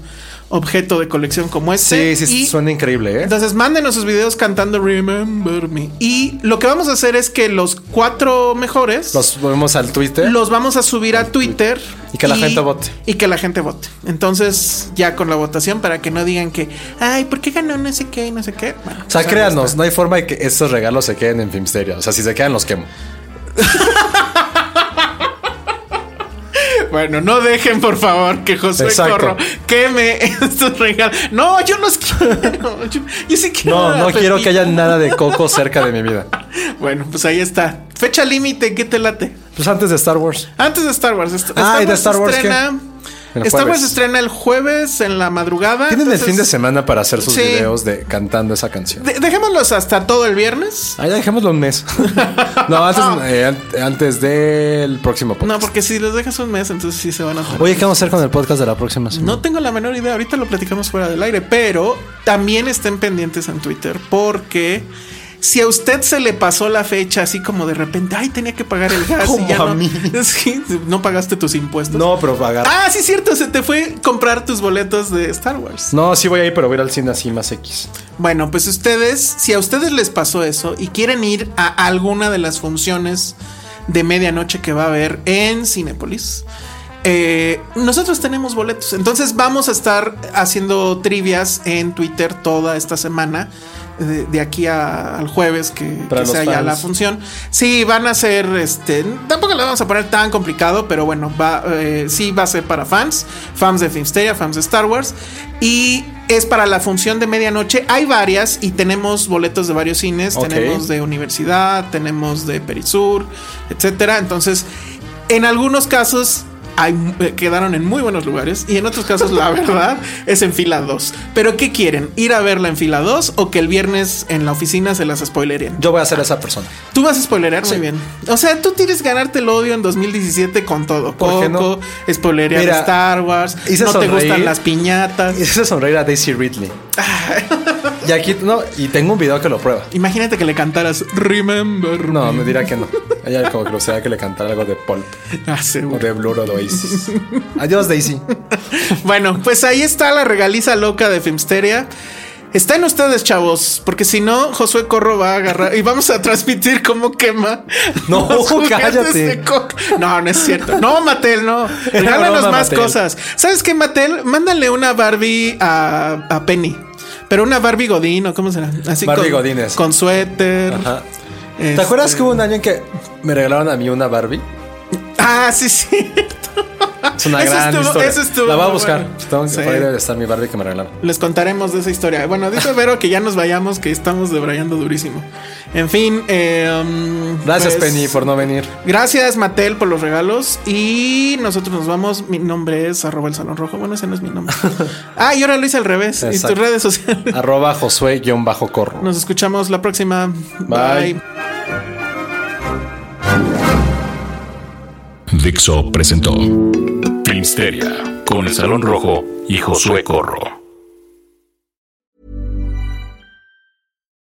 [SPEAKER 2] objeto de colección como este.
[SPEAKER 1] Sí, sí,
[SPEAKER 2] Y-
[SPEAKER 1] suena increíble, ¿eh?
[SPEAKER 2] entonces mándenos sus videos cantando Remember Me. Y lo que vamos a hacer es que los cuatro mejores
[SPEAKER 1] Los volvemos al Twitter.
[SPEAKER 2] los vamos a subir a Twitter.
[SPEAKER 1] Y que la gente vote.
[SPEAKER 2] Y que la gente vote. Entonces, ya con la votación, para que no digan que, ay, ¿por qué ganó no sé qué y no sé qué? Bueno,
[SPEAKER 1] O sea,
[SPEAKER 2] pues,
[SPEAKER 1] créanos, no hay forma de que estos regalos se queden en Filmsteria. O sea, si se quedan, los quemo.
[SPEAKER 2] Bueno, no dejen, por favor, que José
[SPEAKER 1] Exacto.
[SPEAKER 2] Corro queme estos regalos. No, yo los quiero. Yo, yo sí quiero.
[SPEAKER 1] No,
[SPEAKER 2] la
[SPEAKER 1] no quiero
[SPEAKER 2] pepita.
[SPEAKER 1] que haya nada de coco cerca de mi vida.
[SPEAKER 2] Bueno, pues ahí está. Fecha límite, ¿qué te late?
[SPEAKER 1] Pues antes de Star Wars.
[SPEAKER 2] Antes de Star Wars. Est-
[SPEAKER 1] Ah, ¿y de Star Wars qué?
[SPEAKER 2] estrena,
[SPEAKER 1] El
[SPEAKER 2] Star Wars
[SPEAKER 1] jueves.
[SPEAKER 2] estrena el jueves en la madrugada.
[SPEAKER 1] Tienen
[SPEAKER 2] Ah, entonces-
[SPEAKER 1] el fin de semana para hacer sus
[SPEAKER 2] Sí.
[SPEAKER 1] videos de cantando esa canción.
[SPEAKER 2] De- dejémoslos hasta todo el viernes.
[SPEAKER 1] Ah, ya dejémoslo un mes. no, antes,
[SPEAKER 2] No.
[SPEAKER 1] eh, an- antes del próximo podcast.
[SPEAKER 2] No, porque si los dejas un mes, entonces sí se van a hacer.
[SPEAKER 1] Oye, ¿qué vamos a hacer con el podcast de la próxima semana?
[SPEAKER 2] No tengo la menor idea. Ahorita lo platicamos fuera del aire, pero también estén pendientes en Twitter porque Si a usted se le pasó la fecha así como de repente, ay, tenía que pagar el gas
[SPEAKER 8] Como
[SPEAKER 2] y ya
[SPEAKER 8] a
[SPEAKER 2] no,
[SPEAKER 8] mí.
[SPEAKER 2] Sí, no pagaste tus impuestos.
[SPEAKER 8] No, pero pagar.
[SPEAKER 2] Ah, sí, cierto, se te fue comprar tus boletos de Star Wars.
[SPEAKER 8] No, sí voy a ir, pero voy a ir al cine así más X.
[SPEAKER 2] Bueno, pues ustedes, si a ustedes les pasó eso y quieren ir a alguna de las funciones de medianoche que va a haber en Cinépolis, eh, nosotros tenemos boletos. Entonces vamos a estar haciendo trivias en Twitter toda esta semana. eh, De, de aquí a- al jueves que,
[SPEAKER 8] Para
[SPEAKER 2] que sea
[SPEAKER 8] los
[SPEAKER 2] ya
[SPEAKER 8] fans.
[SPEAKER 2] la función. Sí, van a ser este. Tampoco le vamos a poner tan complicado, pero bueno, va, eh, sí va a ser para fans, fans de Filmsteria, fans de Star Wars. Y es para la función de medianoche. Hay varias y tenemos boletos de varios cines.
[SPEAKER 8] Ok.
[SPEAKER 2] Tenemos de universidad, tenemos de Perisur, etcétera. Entonces, en algunos casos. hay- eh, quedaron en muy buenos lugares y en otros casos la verdad es en fila 2. Pero ¿qué quieren? ¿Ir a verla en fila 2 o que el viernes en la oficina se las spoilereen?
[SPEAKER 8] Yo voy a ser esa persona.
[SPEAKER 2] Tú vas a spoilerear muy bien. O sea, tú tienes que ganarte el odio en 2017 con todo.
[SPEAKER 8] ¿Por
[SPEAKER 2] Coco,
[SPEAKER 8] qué no?
[SPEAKER 2] spoilerear
[SPEAKER 8] Mira,
[SPEAKER 2] Star Wars, no
[SPEAKER 5] hice
[SPEAKER 2] te
[SPEAKER 5] sonreír.
[SPEAKER 2] gustan las piñatas.
[SPEAKER 5] Y esa sonreír a Daisy Ridley.
[SPEAKER 2] Ah.
[SPEAKER 5] Y aquí, no, y tengo un video que lo prueba.
[SPEAKER 2] Imagínate que le cantaras Remember.
[SPEAKER 5] No, me dirá que no. Ella como que lo será que le cantara algo de Pulp
[SPEAKER 2] Ah,
[SPEAKER 5] o
[SPEAKER 2] seguro.
[SPEAKER 5] de Blur o de Oasis. Adiós, Daisy.
[SPEAKER 2] Bueno, pues ahí está la regaliza loca de Filmsteria. Está en ustedes, chavos, porque si no, Josué Corro va a agarrar y vamos a transmitir cómo quema.
[SPEAKER 5] No,
[SPEAKER 2] los juguetes
[SPEAKER 5] cállate.
[SPEAKER 2] de Coco. No, no es cierto. No, Mattel, no.
[SPEAKER 5] Era
[SPEAKER 2] Regálanos
[SPEAKER 5] broma,
[SPEAKER 2] más
[SPEAKER 5] Mattel.
[SPEAKER 2] cosas. ¿Sabes qué, Mattel? Mándale una Barbie a, a Penny. Pero una Barbie Godín o cómo será. Así
[SPEAKER 5] Barbie
[SPEAKER 2] con,
[SPEAKER 5] Godínez.
[SPEAKER 2] Con suéter.
[SPEAKER 5] Ajá.
[SPEAKER 2] este-
[SPEAKER 5] ¿Te acuerdas que hubo un año en que me regalaron a mí una Barbie?
[SPEAKER 2] Ah, sí, sí.
[SPEAKER 5] Es una
[SPEAKER 2] Eso
[SPEAKER 5] gran
[SPEAKER 2] estuvo-
[SPEAKER 5] historia.
[SPEAKER 2] eso estuvo
[SPEAKER 5] La voy a
[SPEAKER 2] muy
[SPEAKER 5] buscar.
[SPEAKER 2] bueno.
[SPEAKER 5] Tengo que
[SPEAKER 2] Sí.
[SPEAKER 5] por ahí debe estar mi Barbie que me regalaron.
[SPEAKER 2] Les contaremos de esa historia. Bueno, dice Vero que ya nos vayamos, que estamos debrayando durísimo. En fin, eh, um,
[SPEAKER 5] Gracias,
[SPEAKER 2] pues,
[SPEAKER 5] Penny, por no venir.
[SPEAKER 2] Gracias, Mattel, por los regalos. Y nosotros nos vamos. Mi nombre es arroba el salón rojo. Bueno, ese no es mi nombre. ah, y ahora lo hice al revés. Y tus
[SPEAKER 5] Exacto.
[SPEAKER 2] redes sociales.
[SPEAKER 5] Arroba Josué-corro.
[SPEAKER 2] Nos escuchamos la próxima.
[SPEAKER 5] Bye.
[SPEAKER 3] Dixo presentó Filmsteria con el Salón Rojo y Josué Corro.